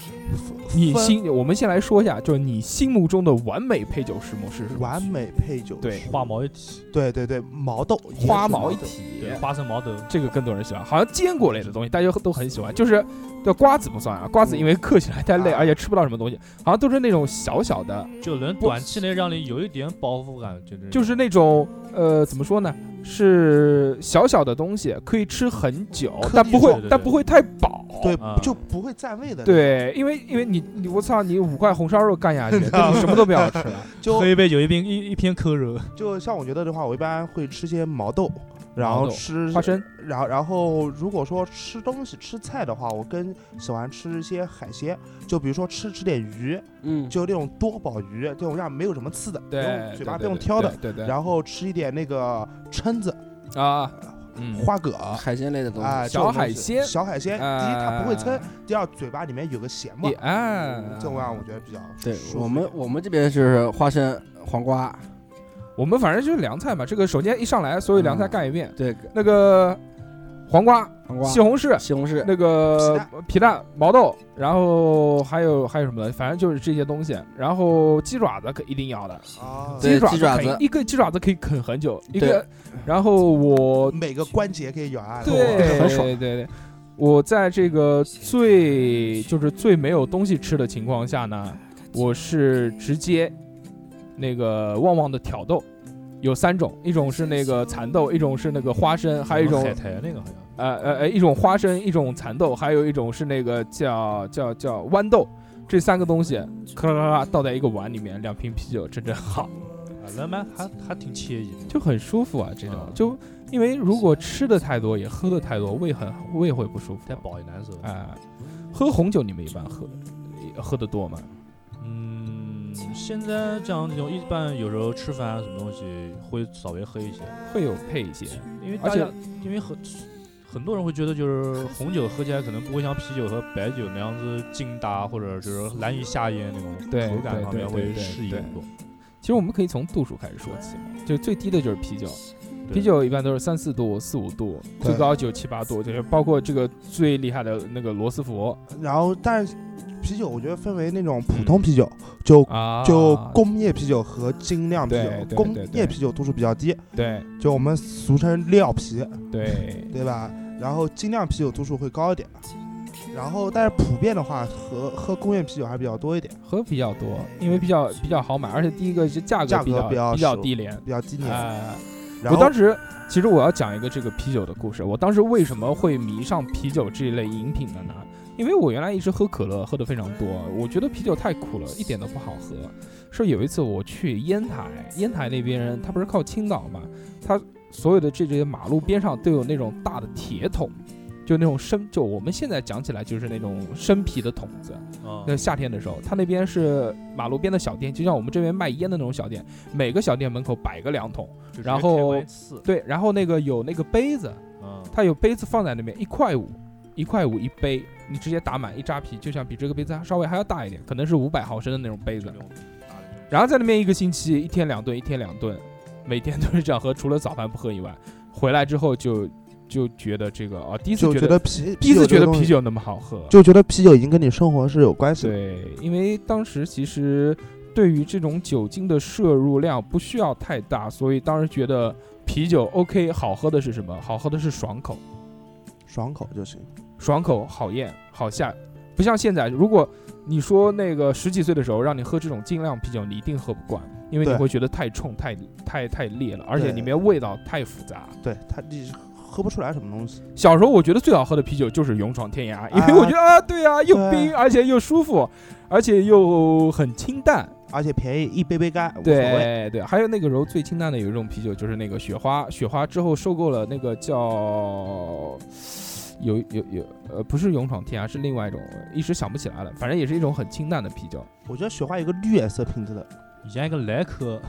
K: 你
J: 分
K: 心，我们先来说一下，就是你心目中的完美配酒食目是什么？
J: 完美配酒，
K: 对
E: 花毛一体，
J: 对对对，毛豆
K: 花毛一
J: 体，
K: 体，
E: 对，花生毛豆，
K: 这个更多人喜欢，好像坚果类的东西大家都很喜欢，就是对瓜子不算啊，瓜子因为嗑起来太累，
J: 啊嗯
K: 而且吃不到什么东西，好像都是那种小小的，
E: 就能短期内让你有一点饱腹感，就是
K: 就是那种呃怎么说呢，是小小的东西可以吃很久，
J: 嗑
K: 但
J: 地
K: 不会
E: 对对对
K: 但不会太饱。
J: 对
E: 啊，
J: 就不会占位的，，
K: 嗯对因为因为你你我操，你五块红烧肉干 下去，根本什么都不要吃了。
J: 就
E: 喝一杯酒，一瓶一一片扣肉，
J: 就像我觉得的话，我一般会吃些毛豆，然
K: 毛
J: 后
K: 豆
J: 吃
K: 花，生
J: 然后然后如果说吃东西吃菜的话，我更喜欢吃一些海鲜，就比如说吃吃点鱼，
L: 嗯
J: 就那种多宝鱼，这种让没有什么刺的，不
K: 对
J: 用嘴巴不
K: 对对
J: 用挑的，
K: 对对对
J: 然后吃一点那个蛏子、
K: 啊，嗯，
J: 花蛤。
L: 海鲜类的东西，
J: 啊，这
K: 小
J: 种东
K: 海
J: 西
K: 鲜
J: 小海鲜，第一它不会撑，第二嘴巴里面有个咸味
K: 呃
J: 嗯
K: 也，啊，
J: 这种让我觉得比较
L: 对
J: 舒服
L: 我们我们这边是花生、黄瓜，
K: 我们反正就是凉菜嘛，这个首先一上来所有凉菜
J: 嗯
K: 干一遍，
L: 对
K: 那个黄瓜、
L: 黄瓜、
K: 西红柿、
L: 西红柿，
K: 那个
L: 呃
J: 皮
K: 皮蛋、毛豆，然后还有还有什么的，反正就是这些东西。然后鸡爪子可一定要的，
J: 啊，
L: 对
K: 爪
L: 鸡爪
K: 啃
L: 子
K: 一个鸡爪子可以啃很久，一个
L: 对。
K: 然后我
J: 每个关节可以啊咬下来，
K: 对
L: 很爽
K: 对对，我在这个最就是最没有东西吃的情况下呢，我是直接那个旺旺的挑逗，有三种，一种是那个蚕豆，一种是那个花生，还有一 种
E: 海苔那个好像。啊
K: 呃呃呃，一种花生，一种蚕豆，还有一种是那个叫叫叫豌豆，这三个东西，咔啦咔啦倒在一个碗里面，两瓶啤酒，真正好，
E: 啊，那蛮还还挺惬意的。
K: 就很舒服啊。这种、
E: 嗯
K: 就因为如果吃的太多，也喝的太多，胃很胃会不舒服
E: 太。饱也难受。
K: 哎、喝红酒你们一般喝喝的多吗？
E: 嗯，现在这样有一般有时候吃饭啊什么东西会稍微喝一些，
K: 会有配一些，
E: 因为
K: 而
E: 大
K: 且
E: 家因为很很多人会觉得就是红酒喝起来可能不会像啤酒和白酒那样子劲大，或者就是难以下咽那种
K: 对
E: 口感
K: 对
E: 方
K: 对
E: 面
K: 对
E: 会
K: 对
E: 适应
K: 对
E: 很多。
K: 其实我们可以从度数开始说起，就最低的就是啤酒，
E: 对
K: 啤酒一般都是三四度、四五度，
J: 对
K: 最高九七八度，就是包括这个最厉害的那个罗斯福
J: 然后但是啤酒我觉得分为那种
L: 嗯
J: 普通啤酒，就
K: 啊，
J: 就工业啤酒和精酿啤
K: 对
J: 酒。
K: 对
J: 工
K: 对对
J: 业啤酒度数比较低，
K: 对
J: 就我们俗称料啤，
K: 对
J: 对吧？然后精酿啤酒度数会高一点，然后但是普遍的话，喝喝工业啤酒还比较多一点，
K: 喝比较多，因为比较比较好买，而且第一个是价
J: 价
K: 格比
J: 格
K: 较
J: 比较嗯
K: 比较
J: 熟
K: 低廉
J: 比较低
K: 啊。
J: 廉。
K: 哎
J: 然
K: 我
J: 后
K: 当时其实我要讲一个这个啤酒的故事。我当时为什么会迷上啤酒这一类饮品的呢？因为我原来一直喝可乐，喝的非常多，我觉得啤酒太苦了，一点都不好喝。是有一次我去烟台，烟台那边人他不是靠青岛嘛，他所有的这些马路边上都有那种大的铁桶，就那种生，就我们现在讲起来就是那种生啤的桶子。
E: 啊
K: 那夏天的时候，他那边是马路边的小店，就像我们这边卖烟的那种小店，每个小店门口摆个两桶。
E: 就直接
K: 然后
E: 开关一次
K: 对，然后那个有那个杯子，
E: 啊，
K: 它有杯子放在那边，一块五，一块五一杯，你直接打满一扎啤，就像比这个杯子还稍微还要大一点，可能是五百毫升的那种杯子
E: 这。种大的
K: 然后在那边一个星期，一天两顿，一天两顿，每天都是这样喝，除了早饭不喝以外，回来之后就就觉得这个啊，第一次
J: 就
K: 觉
J: 觉得
K: 得
J: 啤，
K: 第一次
J: 啤酒
K: 觉
J: 这
K: 得
J: 个东西
K: 啤酒那么好喝，
J: 就觉得啤酒已经跟你生活是有关系的。
K: 对，因为当时其实对于这种酒精的摄入量不需要太大，所以当时觉得啤酒 OK 好喝的是什么？好喝的是爽口，
J: 爽口就行。
K: 爽口好咽好下，不像现在，如果你说那个十几岁的时候让你喝这种精酿啤酒，你一定喝不惯，因为你
J: 对
K: 会觉得太冲、太太太烈了，而且
J: 对
K: 里面味道太复杂。
J: 对他，你喝不出来什么东西。
K: 小时候我觉得最好喝的啤酒就是勇闯天涯，因为
J: 啊
K: 我觉得啊，对啊，又
J: 对啊
K: 冰，而且又舒服，而且又很清淡。
J: 而且便宜，一杯杯干，无所谓。
K: 对对，还有那个时候最清淡的有一种啤酒，就是那个雪花。雪花之后收购了那个叫有有有呃，不是勇闯天涯，是另外一种，一时想不起来了。反正也是一种很清淡的啤酒，
J: 我觉得雪花有个绿颜色瓶子的
E: 以前一个莱克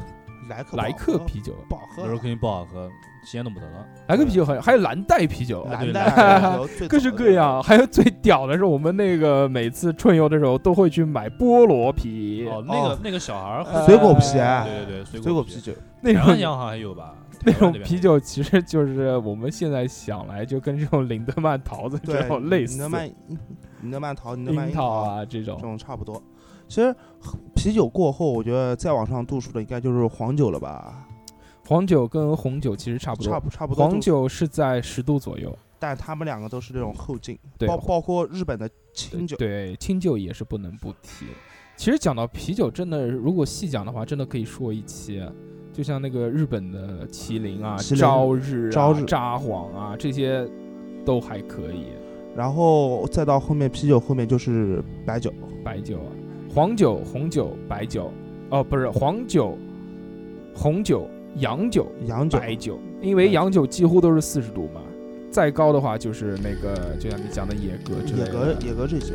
J: 莱克
K: 莱克
J: 克
K: 啤酒，
J: 不好喝
E: 有时候肯定不好喝，鲜都不得了。哦
K: 莱克啤酒很，还有蓝带啤酒，
J: 蓝
E: 啊对
J: 带
E: 蓝
K: 带
J: 有最早的
K: 各式各。样。还有最屌的是，我们那个每次春游的时候都会去买菠萝啤，
E: 哦，那个那个小孩儿喝，
J: 水果啤
K: 呃
E: 对对对，
J: 水
E: 果
J: 果啤
E: 酒，
J: 酒，
K: 那
E: 台湾
K: 种
E: 洋好像也有吧？
K: 那
E: 台湾
K: 种
E: 边
K: 啤酒其实就是我们现在想来就跟这种林德曼桃子这
J: 对，
K: 种类
J: 你
K: 似
J: 的，曼，你的曼桃，你的曼
K: 樱桃
J: 啊，
K: 啊这
J: 这
K: 种。
J: 种差不多。其实啤酒过后，我觉得再往上度数的应该就是黄酒了吧，
K: 黄酒跟红酒其实差不多，
J: 差不差不多度数。
K: 黄酒是在十度左右，
J: 但他们两个都是这种后劲，
K: 对
J: 包包括日本的清酒，
K: 对清酒也是不能不提。其实讲到啤酒，真的如果细讲的话，真的可以说一期，就像那个日本的麒麟啊、
J: 麒麟
K: 朝日、啊、
J: 朝日
K: 札幌啊这些都还可以。
J: 然后再到后面啤酒，后面就是白酒，
K: 白酒、黄酒、红酒、白酒，哦，不是黄酒、红酒、洋酒、
J: 洋酒，
K: 白酒，因为洋酒几乎都是四十度嘛，再高的话就是那个，就像你讲的野格之类
J: 野格
K: 的。
J: 野格这些。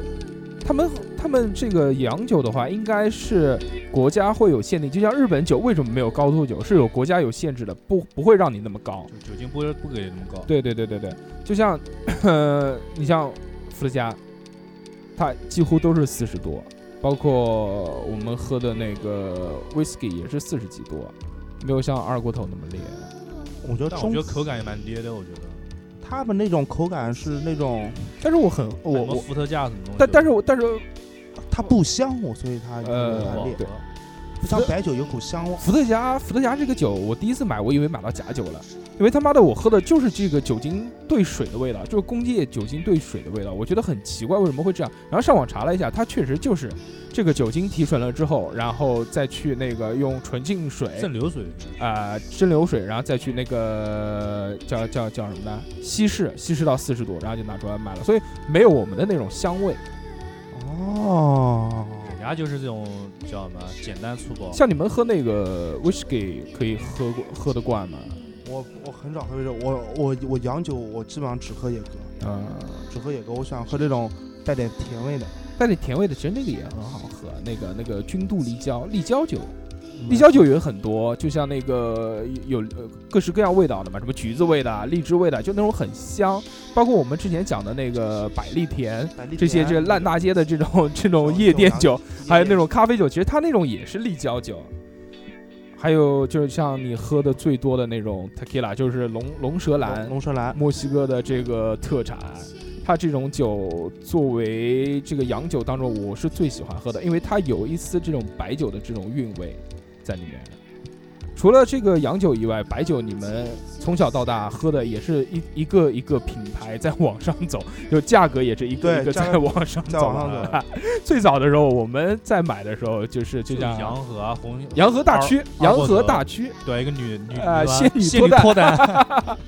K: 他们他们这个洋酒的话，应该是国家会有限定，就像日本酒为什么没有高度酒，是有国家有限制的，不不会让你那么高。
E: 就酒精不会不给那么高。
K: 对对对对对，就像， 呃，你像伏特加，它几乎都是四十多，包括我们喝的那个 whisky 也是四十几多，没有像二锅头那么烈。
J: 我觉得
E: 但我
J: 中
E: 觉得口感也蛮爹的，我觉得。
J: 他们那种口感是那种
K: 但是我很我
E: 什么
K: 我，
E: 伏特加什么东西，
K: 但但是我但是
J: 它不香火，所以它有
K: 呃
J: 点
E: 不好
J: 烈。
E: 喝
K: 伏
J: 像白酒有股香味，
K: 伏特加，伏特加这个酒，我第一次买，我以为买到假酒了，因为他妈的我喝的就是这个酒精兑水的味道，就是工业酒精兑水的味道，我觉得很奇怪，为什么会这样？然后上网查了一下，它确实就是这个酒精提纯了之后，然后再去那个用纯净水
E: 渗流水，
K: 啊蒸馏水，然后再去那个叫叫叫什么呢？稀释，稀释到四十度，然后就拿出来卖了，所以没有我们的那种香味。
J: 哦，
E: 人家就是这种叫什么简单粗暴。
K: 像你们喝那个 whisky 可以喝过喝得惯吗？
J: 我我很少喝这种，我我我洋酒我基本上只喝野格，
K: 啊、
J: 只喝野格，我喜欢喝这种带点甜味的。
K: 带点甜味的，其实那个也很好喝，那个那个君度立交立交酒，
J: 嗯
K: 立交酒有很多，就像那个有呃各式各样味道的嘛，什么橘子味的啊、荔枝味的啊，就那种很香。包括我们之前讲的那个百利甜，
J: 百利
K: 这些这
J: 甜哦
K: 烂大街的这种 这
J: 这
K: 种
J: 种
K: 夜店
J: 洋
K: 酒，还有那
J: 夜
K: 种咖啡酒，其实它那种也是立交酒。还有就是像你喝的最多的那种 tequila，就是龙龙舌兰
J: 龙，龙舌兰，
K: 墨西哥的这个特产，它这种酒作为这个洋酒当中，我是最喜欢喝的，因为它有一丝这种白酒的这种韵味在里面。除了这个洋酒以外，白酒你们从小到大喝的也是一一个一个品牌在往上走，就价格也是一个
J: 对
K: 一个
J: 价格
K: 在往上
J: 在
K: 走啊
J: 往。上走。
K: 最早的时候，我们在买的时候，就是就
E: 就
K: 像
E: 洋河啊，红
K: 洋河大区，
E: 二
K: 洋
E: 锅
K: 河
E: 头
K: 大区，
E: 对一个女女
K: 啊
E: 女
K: 仙女
E: 仙
K: 脱
E: 女
K: 单
E: 脱单，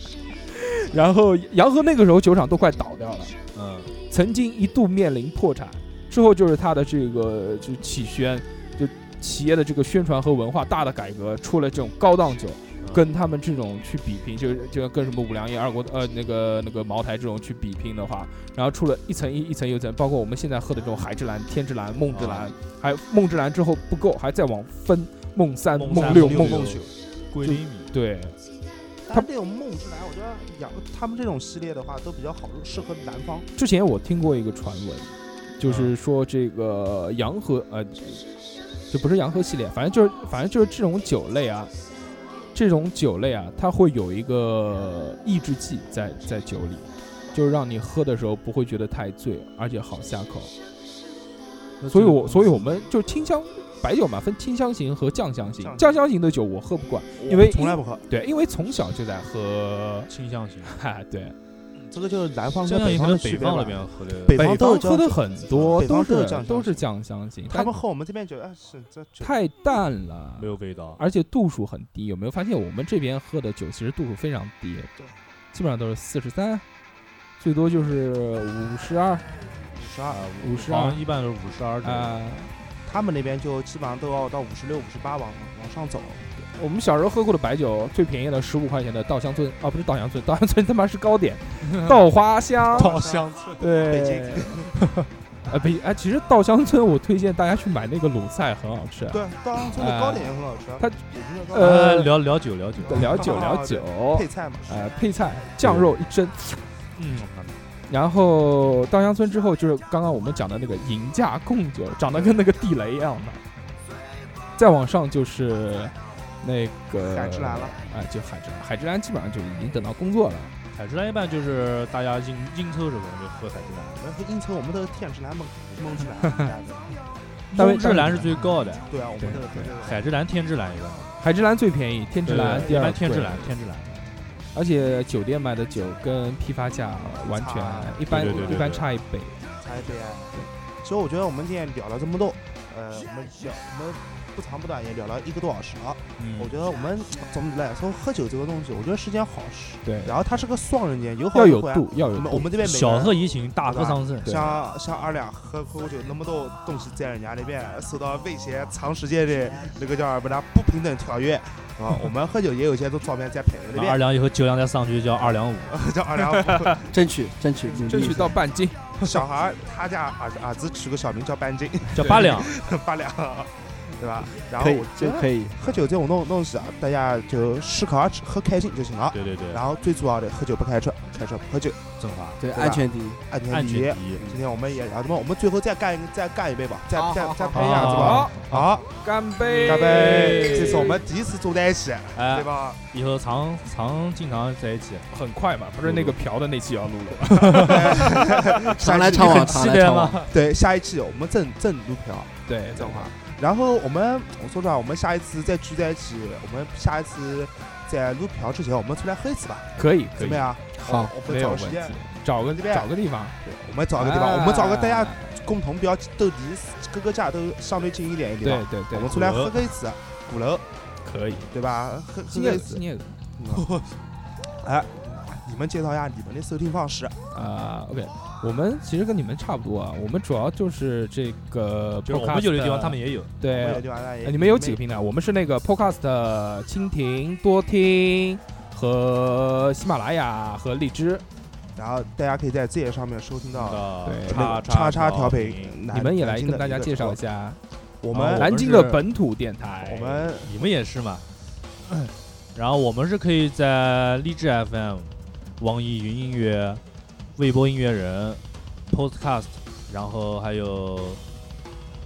K: 然后洋河那个时候酒厂都快倒掉了。
E: 嗯，
K: 曾经一度面临破产，之后就是他的这个就起宣，就企业的这个宣传和文化大的改革，出了这
E: 嗯
K: 种高档酒，跟他们这种去比拼，就是就跟什么五粮液、二锅呃那个那个茅台这种去比拼的话，然后出了一层一一层又一层，包括我们现在喝的这种海之蓝、天之蓝、梦之
E: 啊
K: 蓝，还有梦之蓝之后不够，还再往分梦三、
E: 梦
K: 梦
E: 三
K: 六、
E: 梦六
K: 梦九，
E: 桂林米，
K: 对，
J: 他这种梦之兰，我觉得洋他们这种系列的话都比较好，适合南方。
K: 之前我听过一个传闻，就是
J: 啊
K: 说这个洋河呃，就不是洋河系列，反正就是反正就是这种酒类啊，这种酒类啊，它会有一个抑制剂在在酒里，就是让你喝的时候不会觉得太醉，而且好下口。所以
J: 嗯
K: 我所以我们就清香白酒嘛，分清香型和酱香型
J: 酱，香
K: 酱香型的酒我喝不惯，因为
J: 我从来不喝，
K: 对，因为从小就在喝，
E: 倾向型，
K: 哈、对。
J: 这个就是南方
E: 倾
J: 跟
E: 向
J: 北
E: 型可
J: 方的区别吧
E: 能北方那。边喝的，
J: 北
K: 北
J: 方都有
K: 喝
J: 酱
K: 的很多，
J: 北
K: 都
J: 方都有
K: 是
J: 酱
K: 都是酱香型，
J: 他
K: 但
J: 们喝我们这边酒，哎，是这酒
K: 太淡了
E: 没，有味道，
K: 而且度数很低。有没有发现我们这边喝的酒其实度数非常低，基本上都是四十三，最多就是五十二
J: 五十二，
K: 五十二
E: 好像一般都是五十二度，
K: 啊。
J: 他们那边就基本上都要到五十六、五十八往往上走。
K: 我们小时候喝过的白酒，最便宜的十五块钱的稻香村啊，不是稻香村，稻 香村他妈是糕点， 稻花香，
J: 稻香北
K: 对
J: 京，
K: 啊北哎，其实稻香村我推荐大家去买那个卤菜，很好吃。啊
J: 对，稻香村的糕点也很好吃。
K: 它
J: 北京的糕点
K: 呃
E: 呃，聊聊酒聊酒，
K: 聊酒聊
J: 对
K: 酒，
J: 配菜嘛，
K: 呃，配菜酱肉一蒸，
E: 嗯，
K: 然后稻香村之后就是刚刚我们讲的那个银价贡酒，长得跟那个地雷一样的。再往上就是那个
J: 海之蓝了，
K: 哎，就海之蓝，海之蓝基本上就已经等到工作了。
E: 海之蓝一般就是大家应应酬什么的就喝海之
J: 我们不应酬我们的天之蓝梦梦之 蓝，
K: 但
E: 蓝，
K: 是
E: 梦之嗯蓝是最高的，
J: 对啊，我们的
E: 海之蓝、天之蓝一般，
K: 海之蓝最便宜，天之蓝
E: 对
K: 第
E: 一
K: 二
E: 般天之
K: 贵
E: 蓝，，天之蓝，
K: 而且酒店卖的酒跟批发价完全
J: 差
K: 一般，
E: 对对对
K: 一般
E: 对
K: 差一倍。
J: 才对啊。其实我觉得我们今天聊了这么多，呃，我们聊我们不长不短也聊了一个多小时了。我
E: 嗯，
J: 觉得我们总体来说喝酒这个东西，我觉得是件好事。
K: 对，
J: 然后它是个双刃剑，有好
K: 要有
J: 坏。
K: 度，要有
J: 我们我们
K: 度。
J: 这边每个
E: 小
J: 人
E: 喝怡情，大喝桑葚，
J: 像像二两喝喝过酒那么多东西在人家那边受到威胁，长时间的那个叫什么呢？不平等条约啊。我们喝酒也有一些这照片在朋友那
E: 啊
J: 边，
E: 二两以后酒量再上去叫二两五，
J: 叫二两。
L: 争取争取努力
K: 争取到半斤，
J: 小孩儿他家儿子儿子取个小名叫半斤
E: 叫八两，
J: 八两， 对吧？然后
L: 可以
J: 我觉
L: 这
J: 得
L: 可以，
J: 喝酒这种东东西啊，大家就适可而止，喝开心就行了。
E: 对对对，
J: 然后最主要的，喝酒不开车，开车不喝酒，
E: 正话，
L: 对
J: 吧
L: 安全第一。
J: 安全
E: 安
J: 第一
E: 全。第一，
J: 今天我们也聊什么？我们最后再干一再干一杯吧，再
L: 好
J: 再
L: 好
J: 再
L: 好
J: 干一下子吧
K: 好。哎
J: 好。
K: 干杯！
J: 干杯！这是我们第一次坐在一起，
E: 哎
J: 对，吧？
E: 以后常常经常在一起，
K: 很快嘛，不是那个嫖的那期哦要录了。
L: 常
J: 下一
L: 来
J: 期
L: 常往，
E: 很
L: 常
E: 期
L: 来啊
E: 待
L: 常
E: 吗
L: 往。
J: 对，下一期我们正正路嫖，
K: 对，
J: 正话。然后我们，我说实话，我们下一次再聚在一起，我们下一次在录嫖之前，我们出来喝一次吧，
K: 可以，可
J: 怎
K: 以
J: 么，样？
K: 好
J: 我我
K: 没
J: 们找
K: 有
J: 个
K: 问题
J: 时间，
K: 找个
J: 这边
K: 找个地方，
J: 对我们找个地
E: 啊
J: 方，我们找个大家
K: 哎
J: 共同比较斗地，各个家都相对近一点的地
K: 对
J: 方，
K: 对对，
J: 我们出来喝个一次，鼓楼，
K: 可以，
J: 对吧？喝喝
K: 今
J: 个
K: 夜
J: 一次
K: 今，夜
J: 哎，你们介绍一下你们的收听方式，
K: 啊，OK，我们其实跟你们差不多啊，我们主要就是这个 podcast，
E: 就是我们有的地方他们也有，
K: 对
J: 对吧？那也
E: 哎
K: 呃你们有几个平台？我们是那个 Podcast、蜻蜓、多听和喜马拉雅和荔枝。
J: 然后大家可以在这些上面收听到
K: 对
J: 叉
E: 叉
J: 叉
E: 叉
J: 调
E: 频，
J: 频，南
K: 你们也
J: 南
K: 来
J: 京
K: 跟
J: 的
K: 大家
J: 个
K: 介绍一
J: 节
K: 下
J: 目，我
E: 啊
J: 们
E: 我
K: 南
E: 们
K: 京的
E: 是
K: 本土电台。
J: 我们
E: 你们也是嘛。然后我们是可以在荔枝 FM、网易云音乐、微博音乐人、Podcast，然后还有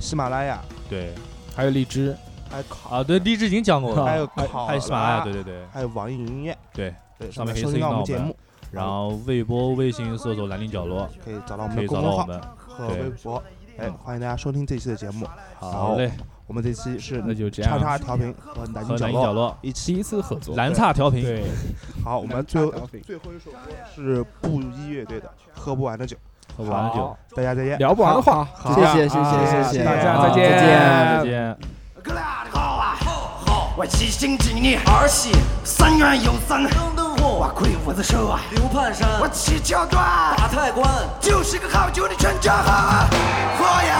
J: 喜马拉雅，
E: 对
K: 还有荔枝，
J: 还考
E: 啊，对荔枝已经讲过了，
J: 还有
E: 还
J: 考
E: 还有喜马拉雅，对
J: 拉
E: 对对
J: 还有网易云音乐，
E: 对。
J: 对，
E: 上面可以
J: 收
E: 搜
J: 听
E: 听
J: 到我们
E: 到我
J: 节
E: 们
J: 目，
E: 然后微博、微信搜索“兰陵角落
J: 可以找到我”，们
E: 可以
J: 的
E: 找
J: 公
E: 到
J: 众
E: 我
J: 号
E: 们。
J: 和
E: 对
J: 微博。哎，欢迎大家收听这期的节目。
E: 好嘞，
J: 我们这期是
K: 那就这
J: 叉
K: 样。
J: 叉调频和南京
E: 和
J: 角
E: 兰陵角
J: 落
E: 落
J: 一
K: 第
J: 期。
K: 一次合作，
E: 蓝叉调频，
K: 对，
J: 好，我们最后最后一首歌是布衣乐队的《喝不完的酒
E: 喝不完的酒，》，
J: 大家再见。
K: 聊不完的话，
J: 好
K: 就这样
A: 谢谢
K: 啊
A: 谢谢谢谢
K: 大家
E: 好
K: 再见，
E: 再啊见，再见。
B: 哥俩的好啊，好，我几星几年儿戏，三元有三，登登户，我鬼斧子手啊，
A: 刘盼山
B: 我七窍断，
A: 太官。
B: 就是个好酒的全家好啊，我呀